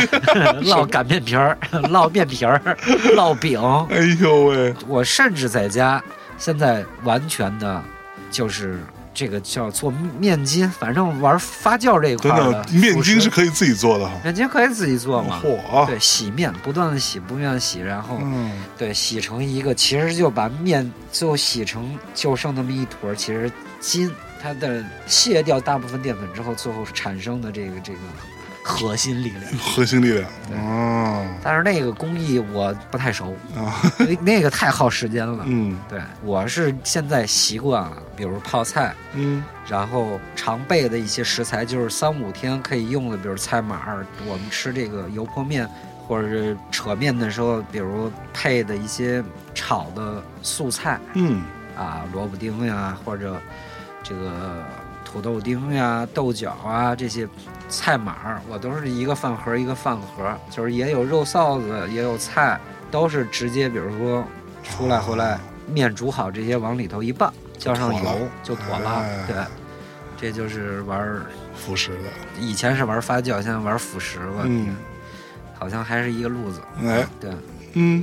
烙擀面皮儿， [LAUGHS] 烙面
[LAUGHS]
皮儿，烙饼，
哎呦喂，
我甚至在家现在完全的，就是这个叫做面筋，反正玩发酵这一块
真
儿
的
的
面筋是
熟食
可以自己做的哈，
面筋可以自己做嘛？
嚯，
对，洗面不断的洗，不断的洗，然后、
嗯，
对洗成一个，其实就把面最后洗成就剩那么一坨儿，其实筋它的卸掉大部分淀粉之后，最后产生的这个这个核心力量。
核心力量，
对
啊
但是那个工艺我不太熟，
啊，
因为那个太耗时间了。
嗯
对，我是现在习惯了，比如泡菜，
嗯，
然后常备的一些食材，就是三五天可以用的，比如菜码儿，我们吃这个油泼面或者是扯面的时候，比如配的一些炒的素菜
嗯
啊，萝卜丁呀，或者这个土豆丁呀、豆角啊这些菜码儿，我都是一个饭盒儿一个饭盒儿，就是也有肉臊子，也有菜，都是直接，比如说出来回来面煮好这些往里头一拌，浇上
哦妥了
油就妥了。
哎
对，这就是玩儿，
腐蚀的，
以前是玩发酵，现在玩腐蚀了，
嗯
好像还是一个路子。
哎
对，
嗯，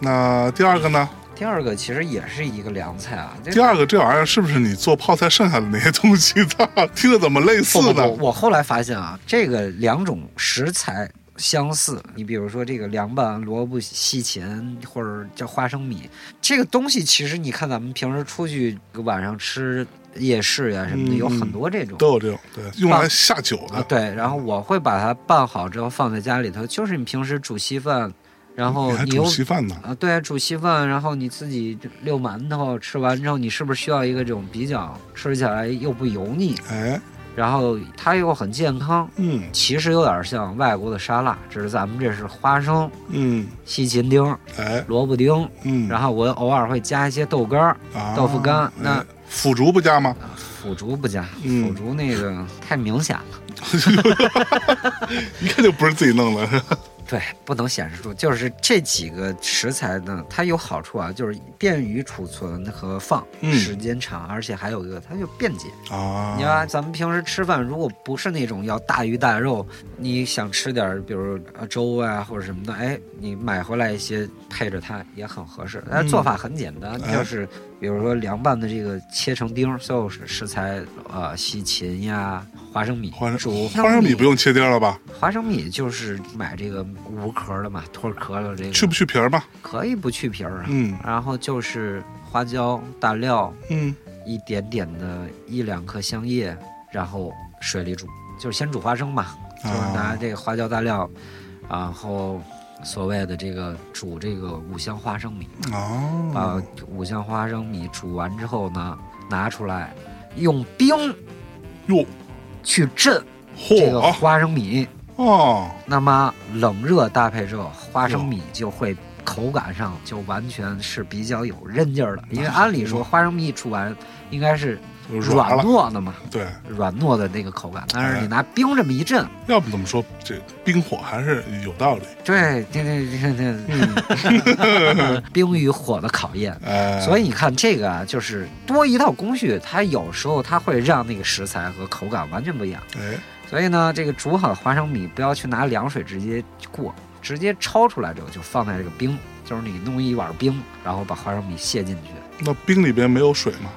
那第二个呢？
第二个其实也是一个凉菜啊。这
第二个这玩意儿是不是你做泡菜剩下的那些东西 [LAUGHS] 的？听着怎么类似
不不
呢？
不，我后来发现啊，这个两种食材相似，你比如说这个凉拌萝卜西芹或者叫花生米，这个东西其实你看咱们平时出去晚上吃夜市呀、什么的，
嗯
有很多这种。
都有这种对，用来下酒
啊，
的，
对，然后我会把它拌好之后放在家里头，就是你平时煮稀饭，然后
你还
哦你又
煮稀饭呢？
啊，对，煮稀饭，然后你自己溜馒头，吃完之后你是不是需要一个这种比较吃起来又不油腻，
哎，
然后它又很健康，
嗯
其实有点像外国的沙拉，只是咱们这是花生、
嗯，
西芹丁、
哎
萝卜丁，
嗯，
然后我偶尔会加一些豆干儿、
啊
豆腐干。
哎
那
腐竹不加吗？
腐竹不加，
嗯
腐竹那个太明显了。 [LAUGHS]
一看就不是自己弄的。
对，不能显示出，就是这几个食材呢，它有好处啊，就是便于储存和放，
嗯
时间长，而且还有一个它就便捷。
啊，
你看，咱们平时吃饭，如果不是那种要大鱼大肉，你想吃点儿，比如呃粥啊或者什么的，哎，你买回来一些配着它也很合适。但是做法很简单，
嗯哎
就是比如说凉拌的这个切成丁儿，所有食材啊、呃西芹呀、花生米、
花生
煮
花生米不用切丁了吧？
花生米就是买这个无壳的嘛，脱壳的这个
去不去皮儿吧？
可以不去皮儿啊。
嗯
然后就是花椒、大料，
嗯，
一点点的一两颗香叶，然后水里煮，就是先煮花生嘛，就是拿
啊，
这个花椒大料，然后所谓的这个煮这个五香花生米，把
哦，
五香花生米煮完之后呢，拿出来用冰
哟，
去镇这个
嚯，啊
花生米，
哦，
那么冷热搭配之后，花生米就会口感上就完全是比较有韧劲儿的。因为按理说花生米一出完应该是
软
软
了，
糯的嘛，
对，
软糯的那个口感，但
哎
是你拿冰这么一震，
要不怎么说这个冰火还是有道理？
对，这这这这，冰与火的考验。
哎，
所以你看，这个啊，就是多一道工序，它有时候它会让那个食材和口感完全不一样。
哎，
所以呢，这个煮好的花生米不要去拿凉水直接过，直接焯出来之后就放在这个冰，就是你弄一碗冰，然后把花生米卸进去。
那冰里边没有水吗？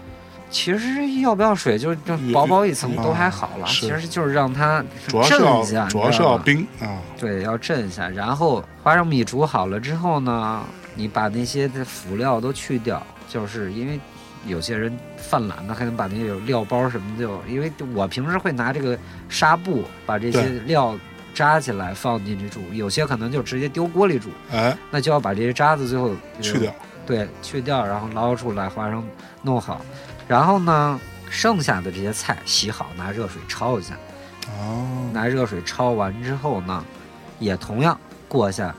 其实要不要水，就是这薄薄一层都还好了。
嗯
其
是
实就是让它
主要
震
是
一下，
要主要是要
你知道吗
冰啊，
对，要震一下。然后花生米煮好了之后呢，你把那些的辅料都去掉，就是因为有些人犯懒的，还能把那个料包什么就，因为我平时会拿这个纱布把这些
对
料扎起来放进去煮，有些可能就直接丢锅里煮，
哎，
那就要把这些渣子最后
去掉，
对，去掉，然后捞出来，花生弄好，然后呢，剩下的这些菜洗好，拿热水焯一下。哎
哦，
拿热水焯完之后呢，也同样过一下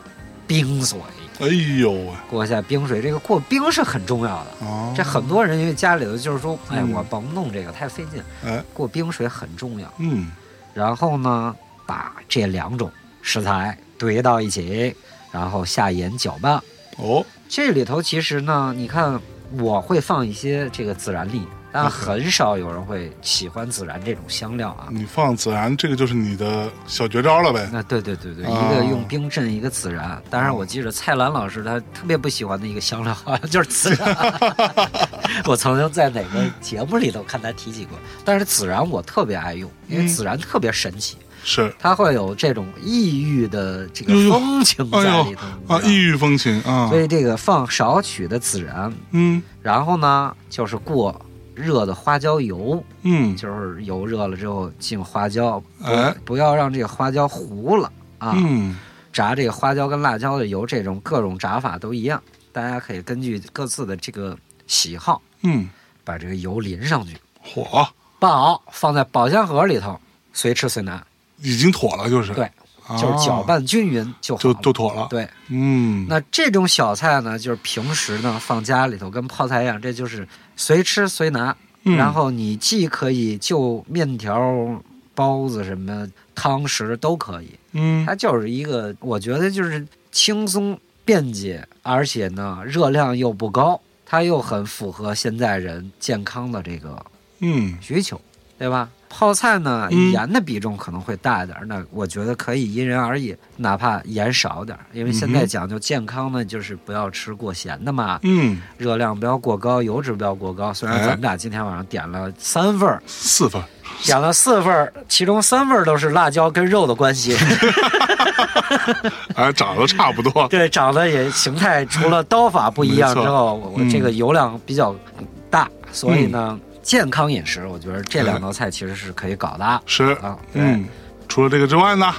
冰水，
哎呦喂，
过一下冰水。这个过冰是很重要的。
哦，
这很多人因为家里头就是说，哎，
嗯
我甭弄这个太费劲，
哎，
过冰水很重要。
嗯，
然后呢，把这两种食材堆到一起，然后下盐搅拌。
哦，
这里头其实呢，你看我会放一些这个孜然粒，
嗯
但很少有人会喜欢孜然这种香料啊。
你放孜然，这个就是你的小绝招了呗。
那对对对对，
啊
一个用冰镇，一个孜然。当然，我记着蔡澜老师他特别不喜欢的一个香料，好像就是孜然。 [LAUGHS] 我曾经在哪个节目里头看他提起过，但是孜然我特别爱用，因为
嗯
孜然特别神奇，
是
它会有这种异域的这个
哎呦
风情在里头。
啊，
你
异
知
域风情
道吗
啊
所，以这个放少许的孜然，
嗯
然后呢就是过热的花椒油，
嗯，
就是油热了之后进花椒，不
哎
不要让这个花椒糊了啊。
嗯
炸这个花椒跟辣椒的油，这种各种炸法都一样，大家可以根据各自的这个喜好，
嗯，
把这个油淋上去，
火
拌好，放在保鲜盒里头，随吃随拿，
已经妥了，就是
对，
啊
就是搅拌均匀就好
就
了。
就妥了。
对，
嗯，
那这种小菜呢，就是平时呢放家里头跟泡菜一样，这就是随吃随拿。
嗯
然后你既可以就面条、包子什么汤食都可以，
嗯
它就是一个，我觉得就是轻松便捷，而且呢热量又不高，它又很符合现在人健康的这个
嗯
需求，对吧？泡菜呢，
嗯
盐的比重可能会大一点，那我觉得可以因人而异，哪怕盐少点儿，因为现
嗯
在
哼
讲究健康呢，就是不要吃过咸的嘛，
嗯，
热量不要过高，油脂不要过高。虽然
哎
咱们俩今天晚上点了三份儿，
四份儿
点了四份儿，其中三份儿都是辣椒跟肉的
[LAUGHS]
关系。
哎，长得差不多。
[LAUGHS] 对，长得也形态除了刀法不一样之后，我我
嗯
这个油量比较大，所以呢，健康饮食，我觉得这两道菜其实是可以搞的啊。
是
啊，对，
嗯，除了这个之外呢，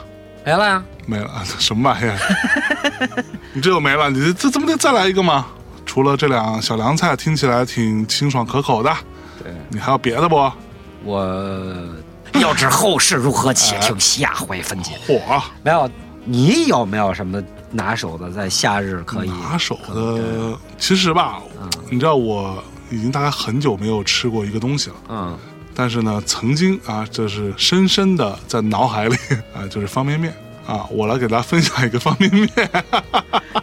没了呀，
没了， [LAUGHS] 什么玩意儿？你这又没了，你这这怎么得再来一个吗？除了这两小凉菜，听起来挺清爽可口的，
对，
你还有别的不？
我 [LAUGHS] 要知后事如何，且听下回分解。
火
没有，你有没有什么拿手的在夏日可以
拿手
可以嗯
的，其实吧，你知道我已经大概很久没有吃过一个东西了，
嗯，
[LAUGHS] 但是呢，曾经啊，这是深深的在脑海里啊，就是方便面。啊，我来给大家分享一个方便面， [LAUGHS]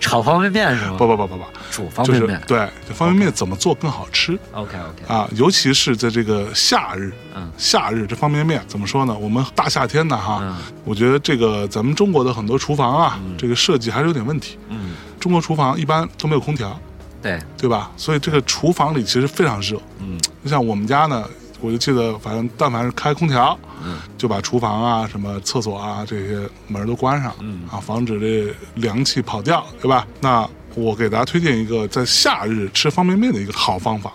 炒方便面是吗？
不不不不不，
煮方
就
便
是
面。
对，这方便面怎么做更好吃
OK OK，
啊？尤其是在这个夏日，
嗯
夏日这方便面怎么说呢？我们大夏天的哈
嗯，
我觉得这个咱们中国的很多厨房啊，这个设计还是有点问题。
嗯，
中国厨房一般都没有空调，
对，
对吧？所以这个厨房里其实非常热。
嗯，
就像我们家呢，我就记得，反正但凡是开空调，
嗯，
就把厨房啊、什么厕所啊这些门都关上，
嗯
啊，防止这凉气跑掉，对吧？那我给大家推荐一个在夏日吃方便面的一个好方法，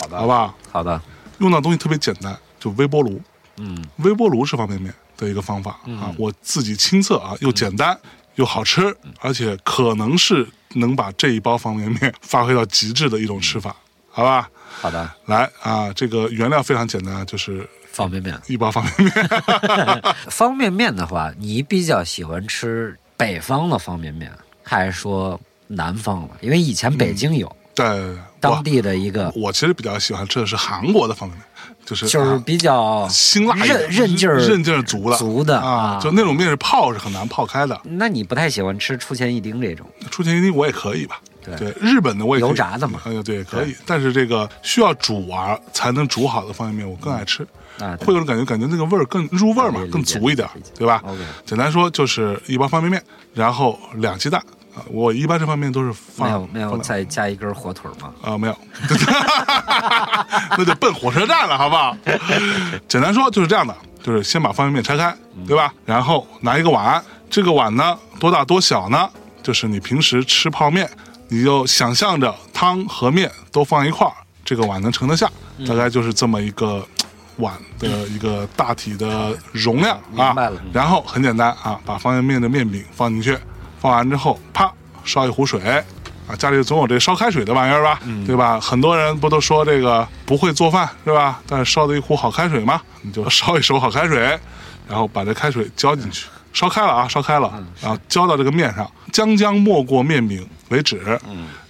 好
好
吧，
吧？
好的，
用到东西特别简单，就微波炉。
嗯，
微波炉是方便面的一个方法、啊，我自己亲测啊，又简单、又好吃，而且可能是能把这一包方便面发挥到极致的一种吃法，好吧？
好的，
来啊，这个原料非常简单，就是
方便面。
一包方便面。
方便面的话，你比较喜欢吃北方的方便面，还是说南方的？因为以前北京有、
对，
当
我
地的一个，
我其实比较喜欢吃的是韩国的方便面，就是
就是
啊
比较
辛辣一点
韧韧劲儿
韧劲儿足的
足的
啊，就那种面是泡是很难泡开的。
那你不太喜欢吃出前一丁这种？
出前一丁我也可以吧。
对
对，日本的我也可以
油炸的嘛
哎呀，对，可以。但是这个需要煮完才能煮好的方便面，我更爱吃，
啊，对
会有种感觉，感觉那个味儿更入味儿嘛
理，解
更足一点
理解，
对吧
OK
简单说就是一包方便面，然后两鸡蛋。啊我一般这方面都是放
没有没有
放两
再加一根火腿吗？
啊、没有， [LAUGHS] 那就奔火车站了，好不好？ [LAUGHS] 简单说就是这样的，就是先把方便面拆开，对吧？然后拿一个碗，这个碗呢多大多小呢？就是你平时吃泡面，你就想象着汤和面都放一块儿，这个碗能盛得下，
嗯
大概就是这么一个。碗的一个大体的容量啊
明白了，
然后很简单啊，把方便面的面饼放进去，放完之后，啪，烧一壶水，啊，家里总有这烧开水的玩意儿吧，对吧？很多人不都说这个不会做饭是吧？但是烧的一壶好开水嘛，你就烧一手好开水，然后把这开水浇进去，烧开了啊，烧开了，然后浇到这个面上，将将没过面饼为止，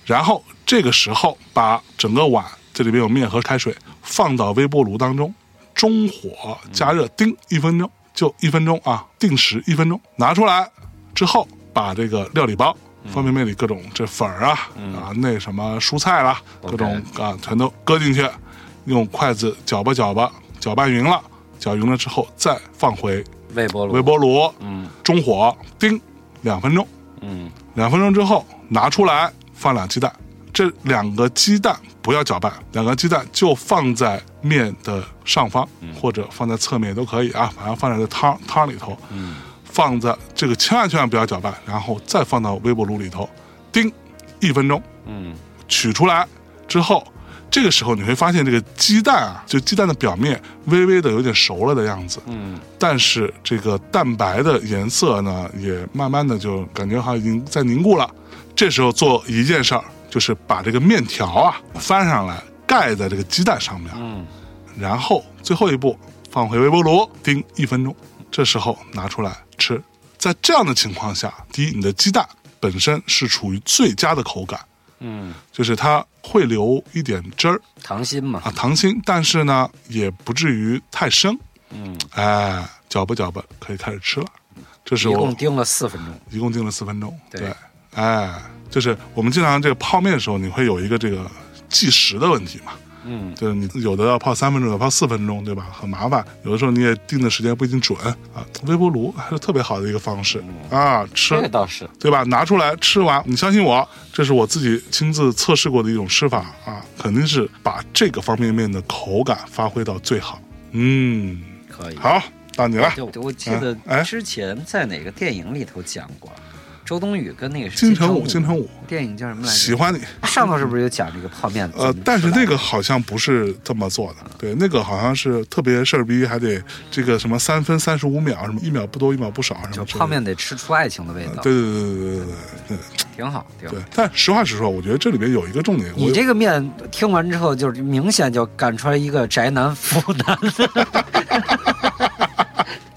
然后这个时候把整个碗这里边有面和开水放到微波炉当中，中火加热，叮，一分钟，就一分钟啊，定时一分钟，拿出来之后，把这个料理包。方便面里各种这粉儿啊、啊那什么蔬菜啦，各种啊全都搁进去，用筷子搅吧搅吧，搅拌匀了，搅匀了之后再放回
微波炉，
微波炉，
嗯
中火，叮，两分钟，
嗯，
两分钟之后拿出来，放俩鸡蛋，这两个鸡蛋不要搅拌，两个鸡蛋就放在面的上方，
嗯
或者放在侧面都可以啊，反正放在这汤汤里头，嗯，放在这个千万千万不要搅拌，然后再放到微波炉里头，叮，一分钟，
嗯，
取出来之后。这个时候你会发现，这个鸡蛋啊，就鸡蛋的表面微微的有点熟了的样子，
嗯，
但是这个蛋白的颜色呢，也慢慢的就感觉好像已经在凝固了。这时候做一件事儿，就是把这个面条啊翻上来，盖在这个鸡蛋上面，
嗯，
然后最后一步放回微波炉，叮一分钟。这时候拿出来吃。在这样的情况下，第一，你的鸡蛋本身是处于最佳的口感，
嗯，
就是它会留一点汁儿，
糖心嘛，
啊糖心，但是呢也不至于太生。
嗯，
哎，搅吧搅吧，可以开始吃了。这是
一
我
共叮了四分钟。
一共定了四分钟。
对
哎，就是我们经常这个泡面的时候，你会有一个这个计时的问题嘛。
嗯，
就是你有的要泡三分钟，有的泡四分钟，对吧？很麻烦，有的时候你也定的时间不一定准啊。微波炉还是特别好的一个方式
嗯
啊，吃
这个倒是，
对吧？拿出来吃完，你相信我，这是我自己亲自测试过的一种吃法啊，肯定是把这个方便面的口感发挥到最好。嗯，
可以。
好，啊到你了。
就我记得
哎哎
之前在哪个电影里头讲过，周冬雨跟那个
金城武，
武，
金城武，
电影叫什么来
喜
着？
欢你。
上头是不是有讲这个泡面？
呃，但是那
那
个好像不是这么做的，对，那个好像是特别事儿逼，还得这个什么三分三十五秒，什么一秒不多一秒不少，什
就
么
泡面得吃出爱情的味
之类的。
道，
呃对对对对对对对
挺好，挺好
对。对。但实话实说，我觉得这里边有一个重点，我
你这个面听完之后，就是明显就赶出来一个宅男腐男。 [LAUGHS]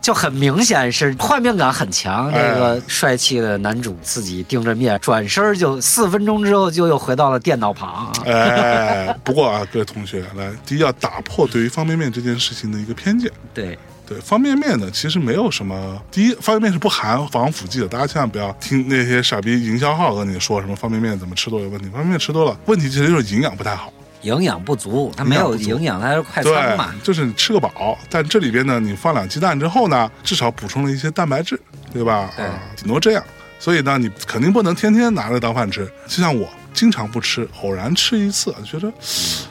就很明显是画面感很强。这
哎
个帅气的男主自己盯着面，转身儿就四分钟之后就又回到了电脑旁啊。
[LAUGHS] 哎，不过啊，各位同学，来，第一要打破对于方便面这件事情的一个偏见。
对，
对方便面呢，其实没有什么。第一，方便面是不含防腐剂的，大家千万不要听那些傻逼营销号跟你说什么方便面怎么吃多有问题。方便面吃多了，问题其实就是营养不太好。
营养不足，它没有
营养不足
营养，它是快餐
对
嘛。，
就是你吃个饱，但这里边呢，你放两鸡蛋之后呢，至少补充了一些蛋白质，对吧？
对
啊，顶多这样。所以呢，你肯定不能天天拿着当饭吃。就像我经常不吃，偶然吃一次，觉得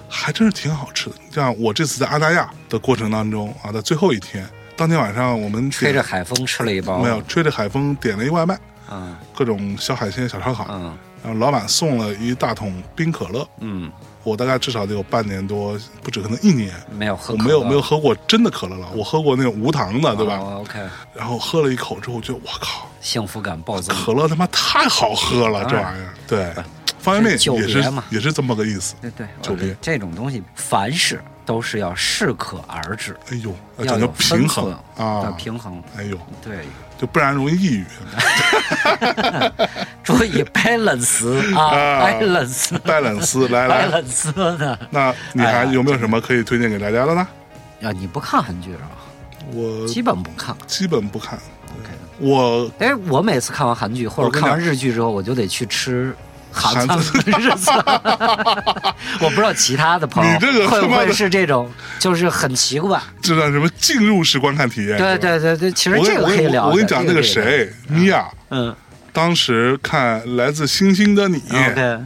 还真是挺好吃的。像我这次在阿那亚的过程当中啊，在最后一天，当天晚上我们
吹
点
着海风吃了一包，
没有吹着海风点了一外卖，
啊，
各种小海鲜、小烧烤，
嗯
然后老板送了一大桶冰可乐。
嗯，
我大概至少得有半年多，不止可能一年，
没有喝
我
可乐，嗯
没有没有喝过真的可乐了，我喝过那种无糖的，对吧？
哦？OK，
然后喝了一口之后，我觉得我靠，
幸福感暴增。
可乐他妈太好喝了，这
当然
玩意儿。对，
哎
方便面
久
也
别
是
嘛
也是这么个意思。
对对，
酒杯
这种东西，凡事都是要适可而止，
哎呦，要
要
讲究
有
平衡
分寸要
啊！
平衡。
哎呦，
对，
就不然容易抑郁。
注意
[LAUGHS]
balance 啊
啊
，balance。 [LAUGHS]
balance，来来，
balance 呢？
那你
哎
还有没有什么可以推荐给大家的呢？
啊，你不看韩剧是吧？
我
基本不看。
基本不看，
OK，
我
哎，我每次看完韩剧或者
我跟你
看
讲
完日剧之后，我就得去吃韩餐
韩
的日子。 [LAUGHS] 我不知道其他的朋友
你这个
会
他
不
妈的
会是这种，就是很奇怪。
这叫什么进入式观看体验。
对
是吧，
对对对，其实
哎我跟
这个可以聊的。
我跟你讲，
这
那
个
个
可以聊，
谁，米娅，
嗯
当时看《来自星星的你》
，OK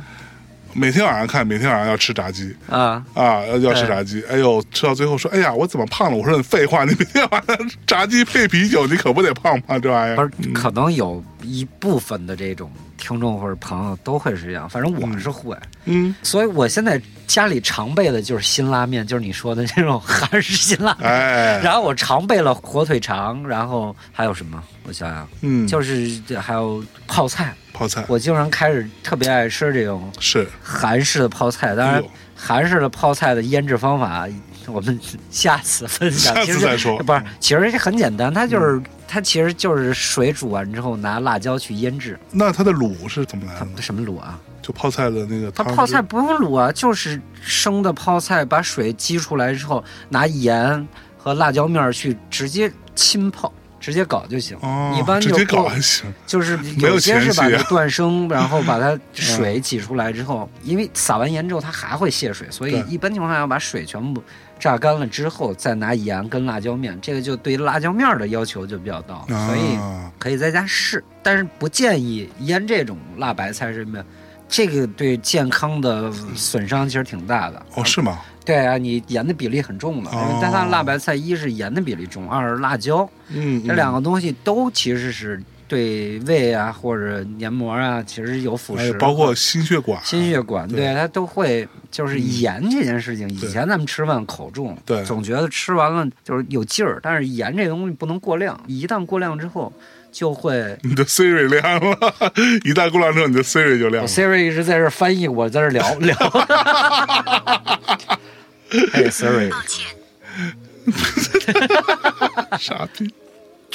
每天晚上看，每天晚上要吃炸鸡
啊，
啊，要要吃炸鸡。
嗯
哎呦，吃到最后说，哎呀，我怎么胖了？我说你废话，你每天晚上炸鸡配啤酒，你可不得胖吗？这玩意
不
儿
是，可能有一部分的这种听众或者朋友都会是这样，反正我是会。
嗯，
所以我现在家里常备的就是辛拉面，就是你说的这种韩式辛
[LAUGHS]
拉面。
哎，
然后我常备了火腿肠，然后还有什么？我想想，
嗯，
就是这还有泡菜。
泡菜
我经常开始特别爱吃这种
是，
韩式的泡菜，当
哎
然
呦，
韩式的泡菜的腌制方法，我们下次分享。
下次
其实
再说嗯
不是，其实很简单，它就是、它其实就是水煮完之后拿辣椒去腌制。
那它的卤是怎么来
它
的呢？
什么卤啊？
就泡菜的那个
它
汤汁，
泡菜不用卤啊，就是生的泡菜，把水激出来之后，拿盐和辣椒面儿去直接浸泡。直接搞就行，
哦，
一般
直
就
接搞
够
还行，
就是
没有
有些
前
是把
戏
它
啊嗯
断生，然后
[LAUGHS]
把它水挤出来之后，因为撒完盐之后它还会泄水，所以
对
一般情况下要把水全部榨干了之后，再拿盐跟辣椒面，这个就对辣椒面的要求就比较高，所以
啊，
可以在家试，但是不建议腌这种辣白菜什么的。这个对健康的损伤其实挺大的。
哦，是吗？
对啊，你盐的比例很重的，因
哦
为但它辣白菜一是盐的比例重，二是辣椒，
嗯，
这两个东西都其实是对胃啊或者黏膜啊，其实有腐
嗯哎
蚀，
包括心血管，
心血管，
对嗯
对它都会就是盐这件事情，以
对
前咱们吃饭口重，
对
总觉得吃完了就是有劲儿，但是盐这东西不能过量，一旦过量之后就会。
你的 Siri 亮了， [LAUGHS] 一旦过量之后，你的 Siri 就亮了。
Siri 一直在这儿翻译，我在这儿聊聊。哎 Siri，
抱歉，
傻逼，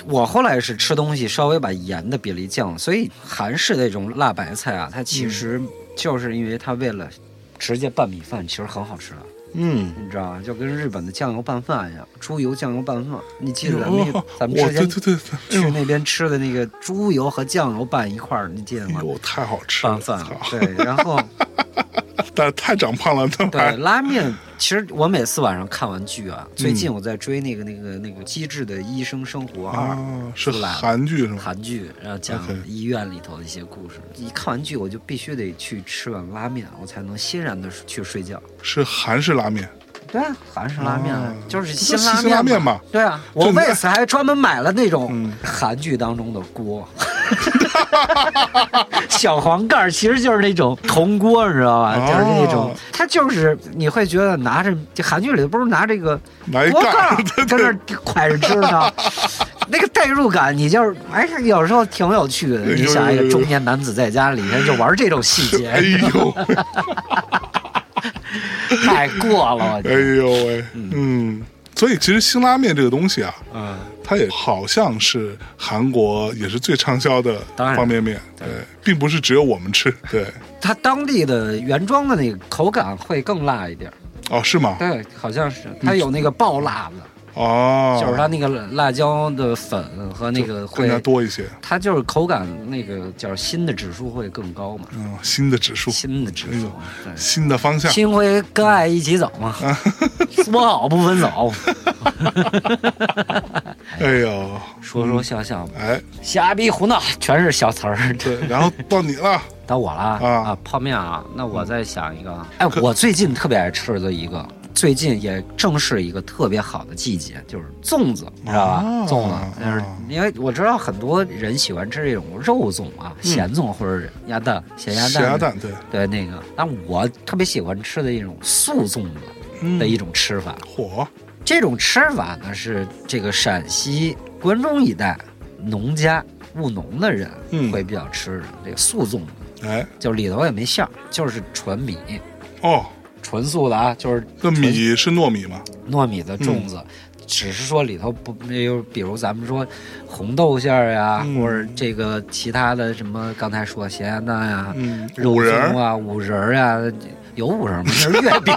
我后来是吃东西稍微把盐的比例降了，所以韩式的这种辣白菜啊，它其实就是因为它为了直接拌米饭，其实很好吃的，啊
嗯。
你知道吗？就跟日本的酱油拌饭一样，猪油酱油拌饭。你记得咱们、
[LAUGHS] 哦
咱们
我
之
对
前
对对，
去那边吃的那个猪油和酱油拌一块儿，你记得吗
哎？呦，太好吃了，
拌饭啊
哎操，
对，然后
但太长胖了，他
对
妈
拉面，其实我每次晚上看完
[LAUGHS]
剧啊，
嗯
最近我在追那个那个那个《机智的医生生活二》
啊，是
出来了
韩剧是吗？
韩剧，然后讲
OK
医院里头的一些故事。一看完剧，我就必须得去吃碗拉面，我才能欣然的去睡觉。
是韩式拉面，
对啊，韩式拉面、
啊
就
这
是辛
不是
拉
辛拉面
嘛。
嘛
对啊，
就
我
你
为此还专门买了那种
嗯
韩剧当中的锅。 [LAUGHS] 小黄盖儿其实就是那种铜锅，你知道吧？
哦
就是那种，它就是你会觉得拿着这韩剧里不是拿这个
拿一
锅盖
盖
儿， [LAUGHS] 跟那儿蒯着吃
[LAUGHS]
呢，那个代入感，你就是哎，有时候挺有趣的。
有
你想一
有
个
有
中年男子在家里面就玩这种细
[LAUGHS] 哎
节， [LAUGHS]
呦，
太过了，我觉
哎
得。
嗯呦喂，嗯，所以其实辛拉面这个东西啊，
嗯，
它也好像是韩国也是最畅销的
当然
方便面，对，并不是只有我们吃，对，
它当地的原装的那个口感会更辣一点儿，
哦，是吗？
对，好像是它有那个爆辣的，
哦，
就是它那个辣椒的粉和那个
更加
会，
多一些，
它就是口感那个叫新的指数会更高嘛，
嗯，新的指数，
新的指
哎
数
呦，
对。
新的方向，
新婚跟爱一起走
[LAUGHS]
嘛，说好不分手。
哎呦，
说说笑笑，
哎，
瞎逼胡闹，全是小词儿。
对，然后到你
[LAUGHS]
了，
到我了
啊嗯
啊，泡面啊，那我再想一个啊。哎，我最近特别爱吃的一个，最近也正是一个特别好的季节，就是粽子，你知道吧
啊？
粽子，就是
啊
因为我知道很多人喜欢吃这种肉粽啊，咸粽或者鸭蛋、咸鸭
嗯咸鸭
蛋的，
蛋，对，
对那个。但我特别喜欢吃的一种素粽子的一种吃法，
嗯火，
这种吃法呢是这个陕西关中一带农家务农的人
嗯
会比较吃的、这个素粽子，
哎，
就里头也没馅儿，就是纯米，
哦，
纯素的啊，就是
那米是糯米吗？
糯米的粽
嗯
子。只是说里头不，就比如咱们说红豆馅儿呀，
嗯
或者这个其他的什么，刚才说咸鸭蛋呀、
嗯，
肉
五仁
粽
儿，
啊、五仁儿啊，有五仁儿吗？那是月饼，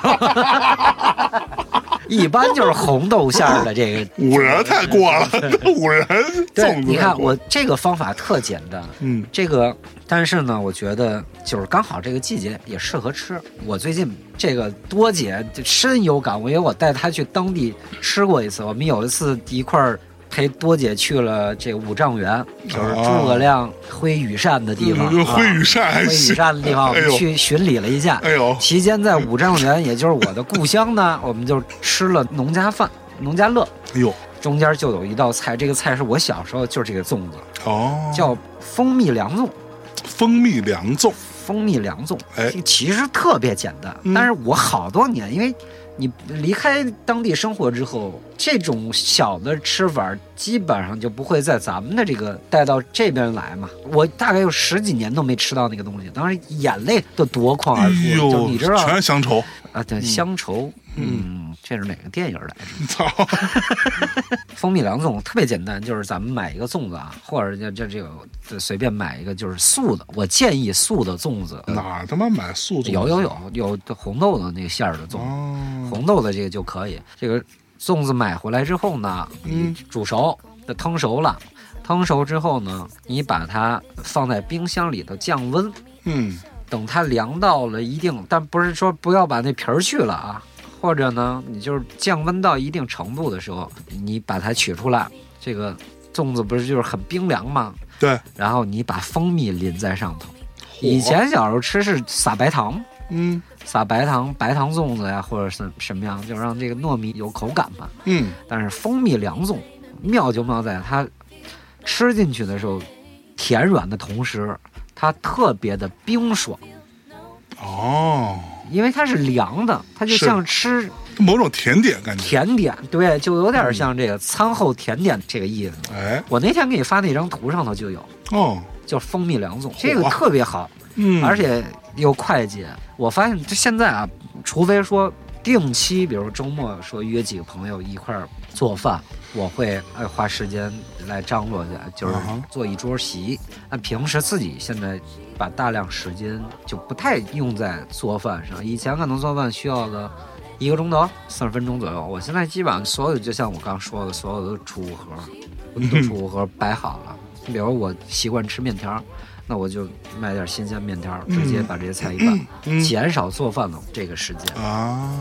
[LAUGHS] 一般就是红豆馅儿的这个
五仁儿太过了， [LAUGHS] 五仁儿
嗯对，
粽子，
你看我，这个方法特简单，
嗯，
这个但是呢，我觉得就是刚好这个季节也适合吃。我最近这个多姐就深有感悟，因为我带她去当地吃过一次，我们有一次一块儿。陪多姐去了这个五丈原，就是诸葛亮挥羽扇的地方，
用挥
啊
嗯羽扇还
挥羽
行，
扇的地方，我
哎
们
呦，
去巡礼了一下。
哎呦，
期间在五丈原，也就是我的故乡呢， [LAUGHS] 我们就吃了农家饭、农家乐，
哎呦，
中间就有一道菜，这个菜是我小时候就是这个粽子，
哦，
叫蜂蜜凉粽。
蜂蜜凉粽，
蜂蜜凉粽，
哎
这其实特别简单
嗯，
但是我好多年，因为你离开当地生活之后，这种小的吃法基本上就不会在咱们的这个带到这边来嘛。我大概有十几年都没吃到那个东西，当时眼泪都夺眶
哎
而出了，就
呦，
你知道
全是乡愁， [LAUGHS]
啊？对，乡愁，嗯，这是哪个电影来着？
操，
蜂蜜凉粽特别简单，就是咱们买一个粽子啊，或者就这这个随便买一个就是素的。我建议素的粽子，
哪他妈买素粽？
有有，有有红豆的那个馅儿的粽子，
哦，
红豆的这个就可以。这个粽子买回来之后呢，
嗯
你煮熟，那腾熟了，腾熟之后呢，你把它放在冰箱里头降温，
嗯，
等它凉到了一定，但不是说不要把那皮儿去了啊，或者呢，你就是降温到一定程度的时候，你把它取出来，这个粽子不是就是很冰凉吗？
对，
然后你把蜂蜜淋在上头。以，前小时候吃是撒白糖，
嗯
撒白糖、白糖粽子呀，或者是什么样，就让这个糯米有口感嘛。
嗯，
但是蜂蜜凉粽妙就妙在它吃进去的时候，甜软的同时，它特别的冰爽。
哦，
因为它是凉的，它就是像吃
某种甜点感觉，
甜点，对，就有点像这个餐后甜点这个意思。
哎，
我那天给你发那张图上头就有，
哦，
叫蜂蜜凉粽，这个特别好，
嗯，
而且又快捷。我发现这现在啊，除非说定期，比如周末说约几个朋友一块儿做饭，我会哎花时间来张罗一下，就是
啊哈
做一桌席。那平时自己现在把大量时间就不太用在做饭上，以前可能做饭需要个。一个钟头，三十分钟左右。我现在基本上所有，就像我刚说的，所有的储物盒，我都储物盒摆好了。比如我习惯吃面条儿，那我就买点新鲜面条儿，直接把这些菜一拌，
嗯
减少做饭的这个时间。
啊，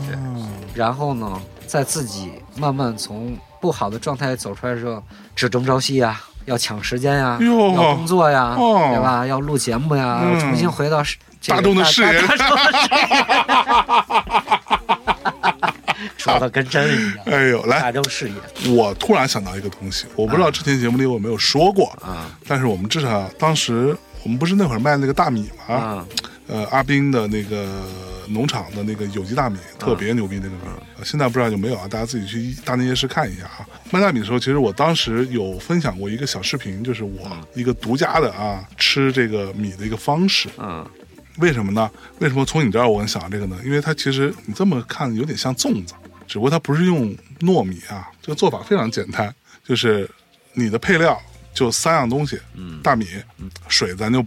然后呢，在自己慢慢从不好的状态走出来的时候，只争朝夕呀，要抢时间呀，
哟
要工作呀，
哦
对吧？要录节目呀，
嗯
要重新回到是这个
大众的视野，
大众的视野说的跟真一样，
[LAUGHS] 哎呦，来
大，众视野。
我突然想到一个东西，我不知道之前节目里有没有说过
啊，
但是我们至少当时我们不是那会儿卖那个大米吗？
啊
呃，阿斌的那个农场的那个有机大米，
啊
特别牛逼那个米，呃现在不知道有没有啊？大家自己去大内夜市看一下啊。卖大米的时候，其实我当时有分享过一个小视频，就是我一个独家的啊吃这个米的一个方式。
嗯
为什么呢？为什么从你这儿我想这个呢？因为它其实你这么看有点像粽子，只不过它不是用糯米啊，这个做法非常简单，就是你的配料就三样东西，
嗯嗯
大米、水，咱就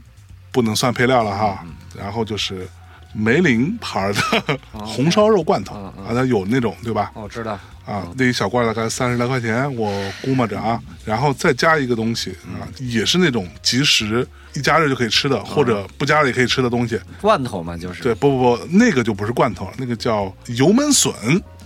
不能算配料了哈。然后就是梅林牌的 [LAUGHS] 红烧肉罐头
哦嗯嗯哦
啊，它有那种对吧？
我知道，
啊，那一小罐大概三十来块钱，我估摸着
嗯
啊，然后再加一个东西啊，也是那种即食一加热就可以
哦
吃的，或者不加热也可以吃的东西。
罐头嘛，就是
对，不不不，那个就不是罐头了，那个叫油焖笋。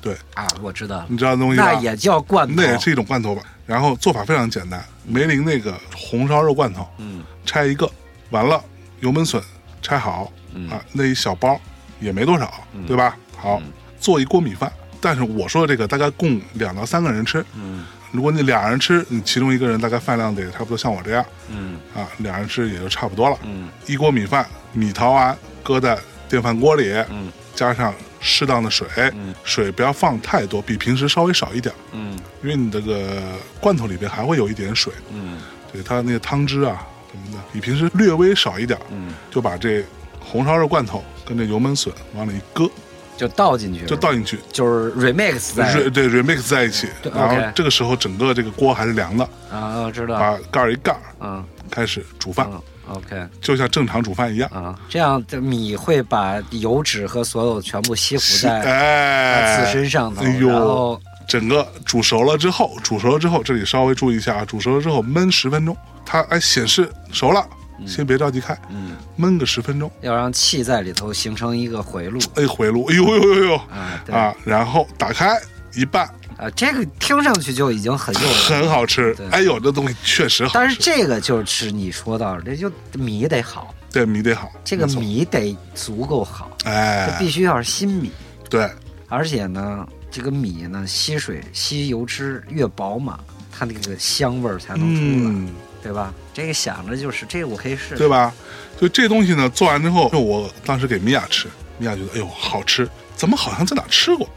对，
啊，我知道了，
你知道那东西吧？
那也叫罐头，
那也是一种罐头吧。然后做法非常简单，梅林那个红烧肉罐头，
嗯，
拆一个，完了油焖笋拆好，
嗯
啊，那一小包也没多少，对吧？好，
嗯
做一锅米饭。但是我说的这个大概供两到三个人吃，
嗯
如果你俩人吃，你其中一个人大概饭量得差不多像我这样
嗯
啊，俩人吃也就差不多了。
嗯
一锅米饭，米淘完搁在电饭锅里，
嗯
加上适当的水，
嗯
水不要放太多，比平时稍微少一点。
嗯
因为你这个罐头里边还会有一点水，
嗯
对它那个汤汁啊什么的，比平时略微少一点，
嗯，
就把这红烧肉罐头跟这油焖笋往里一搁，
就倒进去，
就倒进去，
就是 remix 在
对对 remix 在一起，
对
然后
OK
这个时候整个这个锅还是凉的，
啊，我知道，
把盖儿一盖儿，
嗯
开始煮饭，
嗯，OK
就像正常煮饭一样，
啊，这样的米会把油脂和所有全部吸附在
[LAUGHS] 哎，
自身上头，
哎
然
呦，
后
整个煮熟了之后，煮熟了之后，这里稍微注意一下啊，煮熟了之后焖十分钟，它哎显示熟了，先别着急开，
嗯，
焖个十分钟。
要让气在里头形成一个回路
哎回路，哎呦呦呦呦
啊，对
啊！然后打开一拌，
啊，这个听上去就已经很诱人了。
很好吃
对。
哎呦，这东西确实好
但是
吃，
这个就是你说到的，这就米得好，
对米得好，
这个
没错，
米得足够好，这
哎
必，须要是新米，
对，
而且呢，这个米呢吸水吸油脂越饱满，它那个香味儿才能出来，
嗯，
对吧？这个想着就是这个我可以试试
对吧？就这东西呢，做完之后，就我当时给米娅吃，米娅觉得哎呦好吃，怎么好像在哪吃过？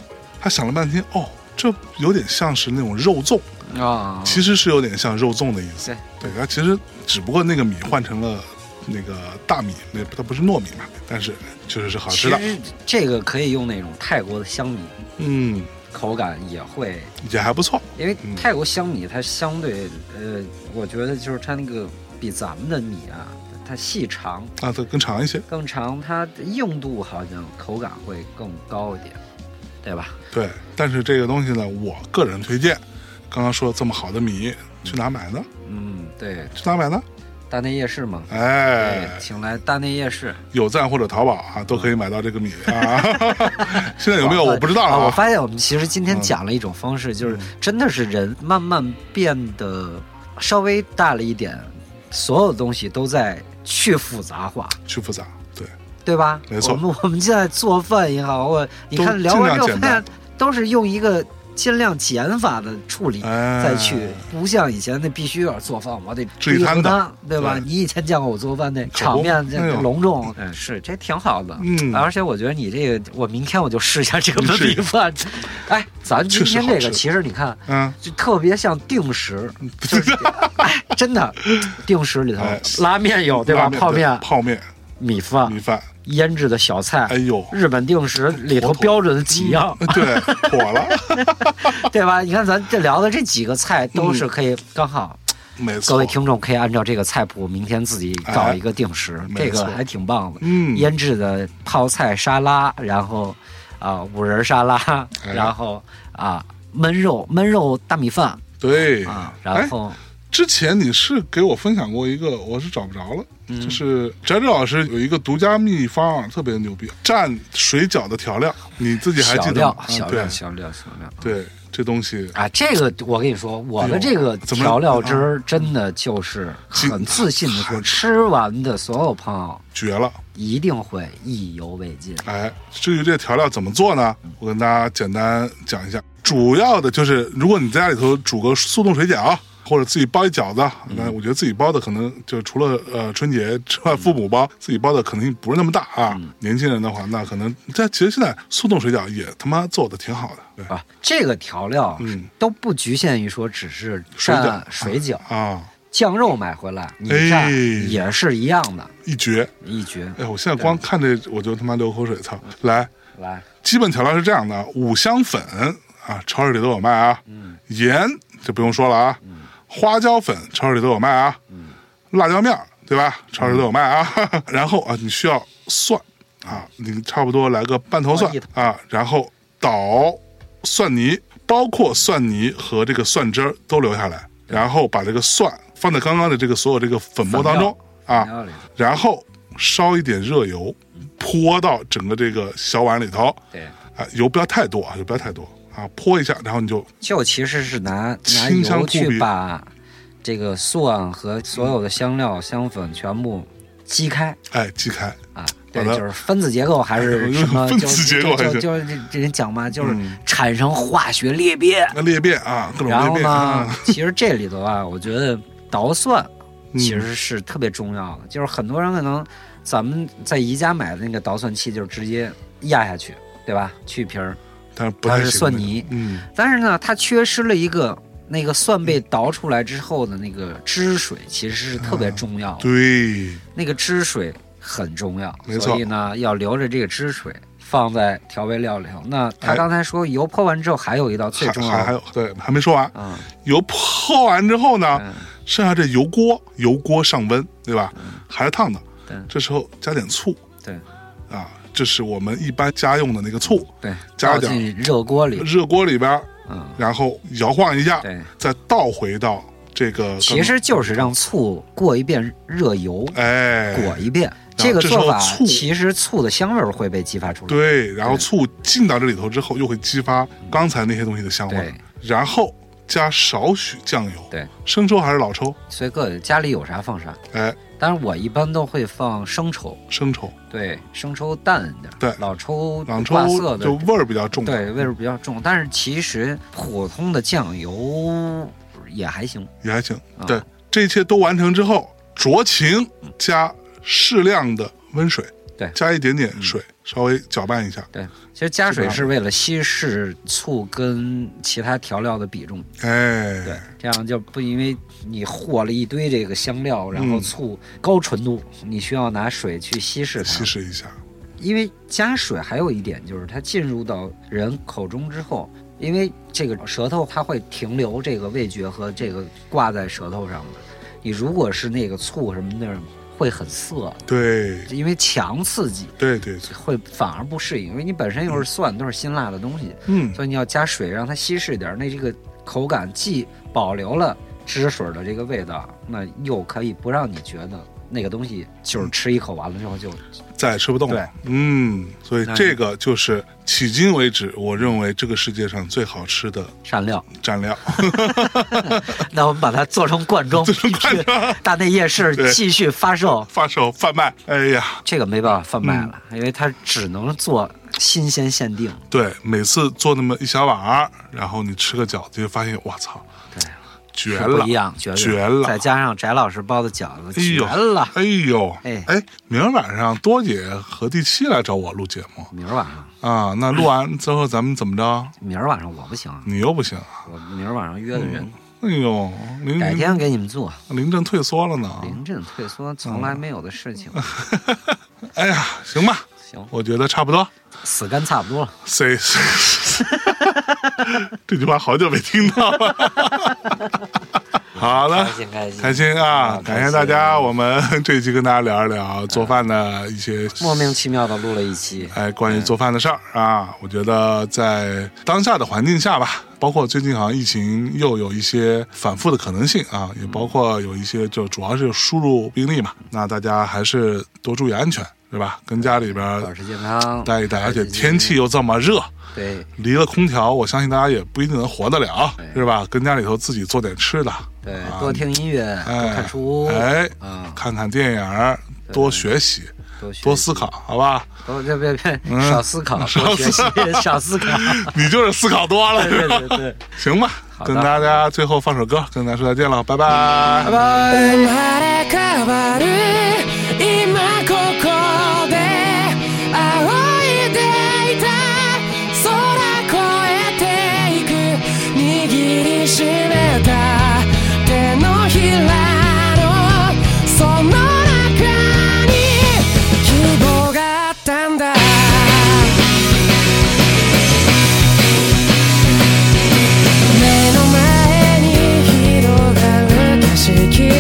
她想了半天，哦，这有点像是那种肉粽，
啊、
其实是有点像肉粽的意思
对。
对，它其实只不过那个米换成了那个大米，那它不是糯米嘛，但是确实是好吃
其
的。
实这个可以用那种泰国的香米，
嗯，
口感也会，
也还不错。
因为
嗯
泰国香米它相对呃，我觉得就是它那个比咱们的米啊，它细长。
啊，它更长一些。
更长，它的硬度好像口感会更高一点，对吧？
对，但是这个东西呢，我个人推荐，刚刚说这么好的米，去哪买呢？
嗯，对，
去哪买呢？
大内夜市嘛，对
哎，，
请来大内夜市。
有赞或者淘宝啊，都可以买到这个米
[LAUGHS]
啊。现在有没有我不知嗯道
啊。我
啊。
发现我们其实今天讲了一种方式，就是真的是人慢慢变得稍微大了一点，所有东西都在去复杂化。
去复杂，对，
对吧？
没错
我们 [LAUGHS] 我们现在做饭也好，我你
都
看聊
尽
完之
量
后
简
发
单
现都是用一个尽量减法的处理
哎
再去，不像以前那必须要做饭，我得
制一摊子
摊，对吧？
对
你以前见过我做饭那
可
场
不
面，这
哎呦
这隆重，嗯，是这挺好的。
嗯
而且我觉得你这个，我明天我就试一下这个焖
是
米饭。 [LAUGHS] 哎，咱今
确实
天
好
这
吃
个其实你看，
嗯，
就特别像定时，就是、哎、真的定时里头
哎
拉面有对
拉
吧？
面
泡面啊
对、泡面、
米饭
米、饭，
腌制的小菜，
哎呦，
日本定食里头
妥妥
标准的几样， [LAUGHS]
对，妥了，嗯
对吧？你看咱这聊的这几个菜都是可以刚好，
嗯没
各
错
位，听众可以按照这个菜谱，明天自己搞一个定时，
哎没
这
错
个还挺棒的。
嗯
腌制的泡菜沙拉，然后啊、五仁沙拉，
哎
然后啊、焖肉焖肉大米饭
对
啊，
哎
然后
之前你是给我分享过一个，我是找不着了，
嗯
就是翟志老师有一个独家秘方，特别牛逼，蘸水饺的调料，你自己还
小
记得
料
吗？啊
小料
对
小料小料。
对，这东西
啊，这个我跟你说，我的这个
哎怎么啊
调料汁儿真的就是很自信的说，
嗯
吃完的所有朋友
绝了！
一定会意犹未尽。
哎，至于这调料怎么做呢？我跟大家简单讲一下，主要的就是如果你在家里头煮个速冻水饺。或者自己包一饺子，那我觉得自己包的可能就除了呃春节之外，父母包、自己包的肯定不是那么大啊。年轻人的话，那可能但其实现在速冻水饺也他妈做的挺好的，对
啊，这个调料
嗯
都不局限于说只是
水
蘸
饺
水饺、
啊，
酱肉买回来你
哎
蘸也是一样的，
一绝！
一绝。
哎，我现在光看这我就他妈流口水，操！来，
来，
基本调料是这样嗯的：五香粉啊，超市里都有卖啊，盐就不用说了啊，花椒粉超市里都有卖啊，辣椒面儿对吧？超市都有卖啊。 [LAUGHS] 然后啊，你需要蒜啊，你差不多来个半头蒜
换一头
啊，然后倒蒜泥，包括蒜泥和这个蒜汁儿都留下来，然后把这个蒜放在刚刚的这个所有这个粉末当中啊，
料理
然后烧一点热油，泼到整个这个小碗里头
对，
啊，油不要太多啊，油不要太多啊，泼一下，然后你就
就其实是拿拿
清香
油
扑鼻
去把这个蒜和所有的香料、香粉全部击开
哎击开，
啊。对，
把它
就是分子结构
[LAUGHS]
还是什么？
分
就
子结构还行
就就就是这这人讲嘛，就是
嗯
产生化学裂变。
那裂变啊，各种
然
裂
后
变
呢
啊，，
[LAUGHS] 其实这里头啊，我觉得捣蒜
嗯
其实是特别重要的，就是很多人可能咱们在宜家买的那个捣蒜器，就是直接压下去，对吧？去皮儿。
但是不太
它是
行
蒜
那个
泥
嗯，
但是呢，它缺失了一个那个蒜被捣出来之后的那个汁水，其实是特别
嗯
重要的。
对，
那个汁水很重要，
没错
所以呢，要留着这个汁水放在调味料里头。那他
哎
刚才说油泼完之后，还有一道最
还
重
还
要
还
的
有对，还没说完，
啊，
油泡完之后呢，
嗯
剩下这油锅，油锅上温，对吧？还是烫的
对，
这时候加点醋
对
啊，这是我们一般家用的那个醋，
对，
加
倒
点儿
进热锅里，
热锅里边儿，
嗯，
然后摇晃一下，
对，
再倒回到这个，
其实就是让醋过一遍热油，
哎
裹一遍。
然后
这个
这时候
做法
醋
其实醋的香味儿会被激发出来。
对，然后
对
醋进到这里头之后，又会激发刚才那些东西的香味
对，
然后加少许酱油，
对，
生抽还是老抽？
所以各位家里有啥放啥。
哎，
但是我一般都会放生抽，
生抽，
对，生抽淡一点，
对
老抽
老
挂色
抽
的，
就味儿比较重，嗯
对，味儿比较重。但是其实普通的酱油也还行，
也还行
啊。
对，这一切都完成之后，酌情加适量的温水，
对嗯
加一点点水，稍微搅拌一下。
对。其实加水
是
是为了稀释醋跟其他调料的比重，
哎，
对，这样就不因为你和了一堆这个香料，然后
嗯
醋高纯度，你需要拿水去稀释它。
稀释一下。
因为加水还有一点就是它进入到人口中之后，因为这个舌头它会停留这个味觉和这个挂在舌头上的。你如果是那个醋什么的，会很涩，
对，
因为强刺激
对对对，
会反而不适应，因为你本身又是蒜，都是辛辣的东西，
嗯，
所以你要加水让它稀释一点，那这个口感既保留了汁水的这个味道，那又可以不让你觉得那个东西
嗯
就是吃一口完了之后就
再也吃不动了。嗯，所以这个就是迄今为止，我认为这个世界上最好吃的
蘸料。
蘸料。
[LAUGHS]
[LAUGHS]
那我们把它做成罐装，
成罐装
大内夜市
对
继续发售。
发售贩卖，哎呀，
这个没办法贩
嗯
卖了，因为它只能做新鲜限定。
对，每次做那么一小碗儿，然后你吃个饺子，就发现，我操，
对，
绝
是不
了
一，样，绝
绝了
再加上翟老师包的饺子，
哎
绝
呦
了！
哎呦，
哎
哎，明儿晚上多姐和第七来找我录节目
明儿晚上，
啊，那录完之后咱们怎么着？
明儿晚上我不行，
你又不行啊，
我明儿晚上约的人，
哎呦，临
改
临
天给你们做。
临阵退缩了呢，
临阵退缩从来没有的事情，
哎呀，行吧，
行，
我觉得差不多。
死干差不多了。
谁？ [LAUGHS] 这句话好久没听到 [LAUGHS] 了。好了
开，心开心
开心啊！
开心
感谢大家，我们这一期跟大家聊一聊做饭的一些
莫名其妙的录了一期，
哎，关于做饭的事儿啊，我觉得在当下的环境下吧，包括最近好像疫情又有一些反复的可能性啊，也包括有一些就主要是输入病例嘛，那大家还是多注意安全，对吧？跟家里边
保持健康，
待一待，而且
保持
天气又这么热，
对
离了空调，我相信大家也不一定能活得了，
对
是吧？跟家里头自己做点吃的，
对
啊，
多听音乐，多
哎，
看书，
哎，
啊，
看看电影儿，多学习，
多学
多
习
思考，好
[LAUGHS]
吧？
哦，别别别，少思考，多学习，少思考。 [LAUGHS]
你就是思考多了，
对
是吧
对对，
[LAUGHS] 行吧？
的嗯
跟大家最后放首歌，跟大家说再见了，拜拜
拜拜。
生まれ変わる今ここで仰いでいた空越えていく握りしめた手のひらのその中に希望があったんだ目の前に広がる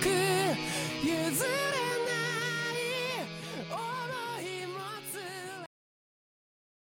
譲れ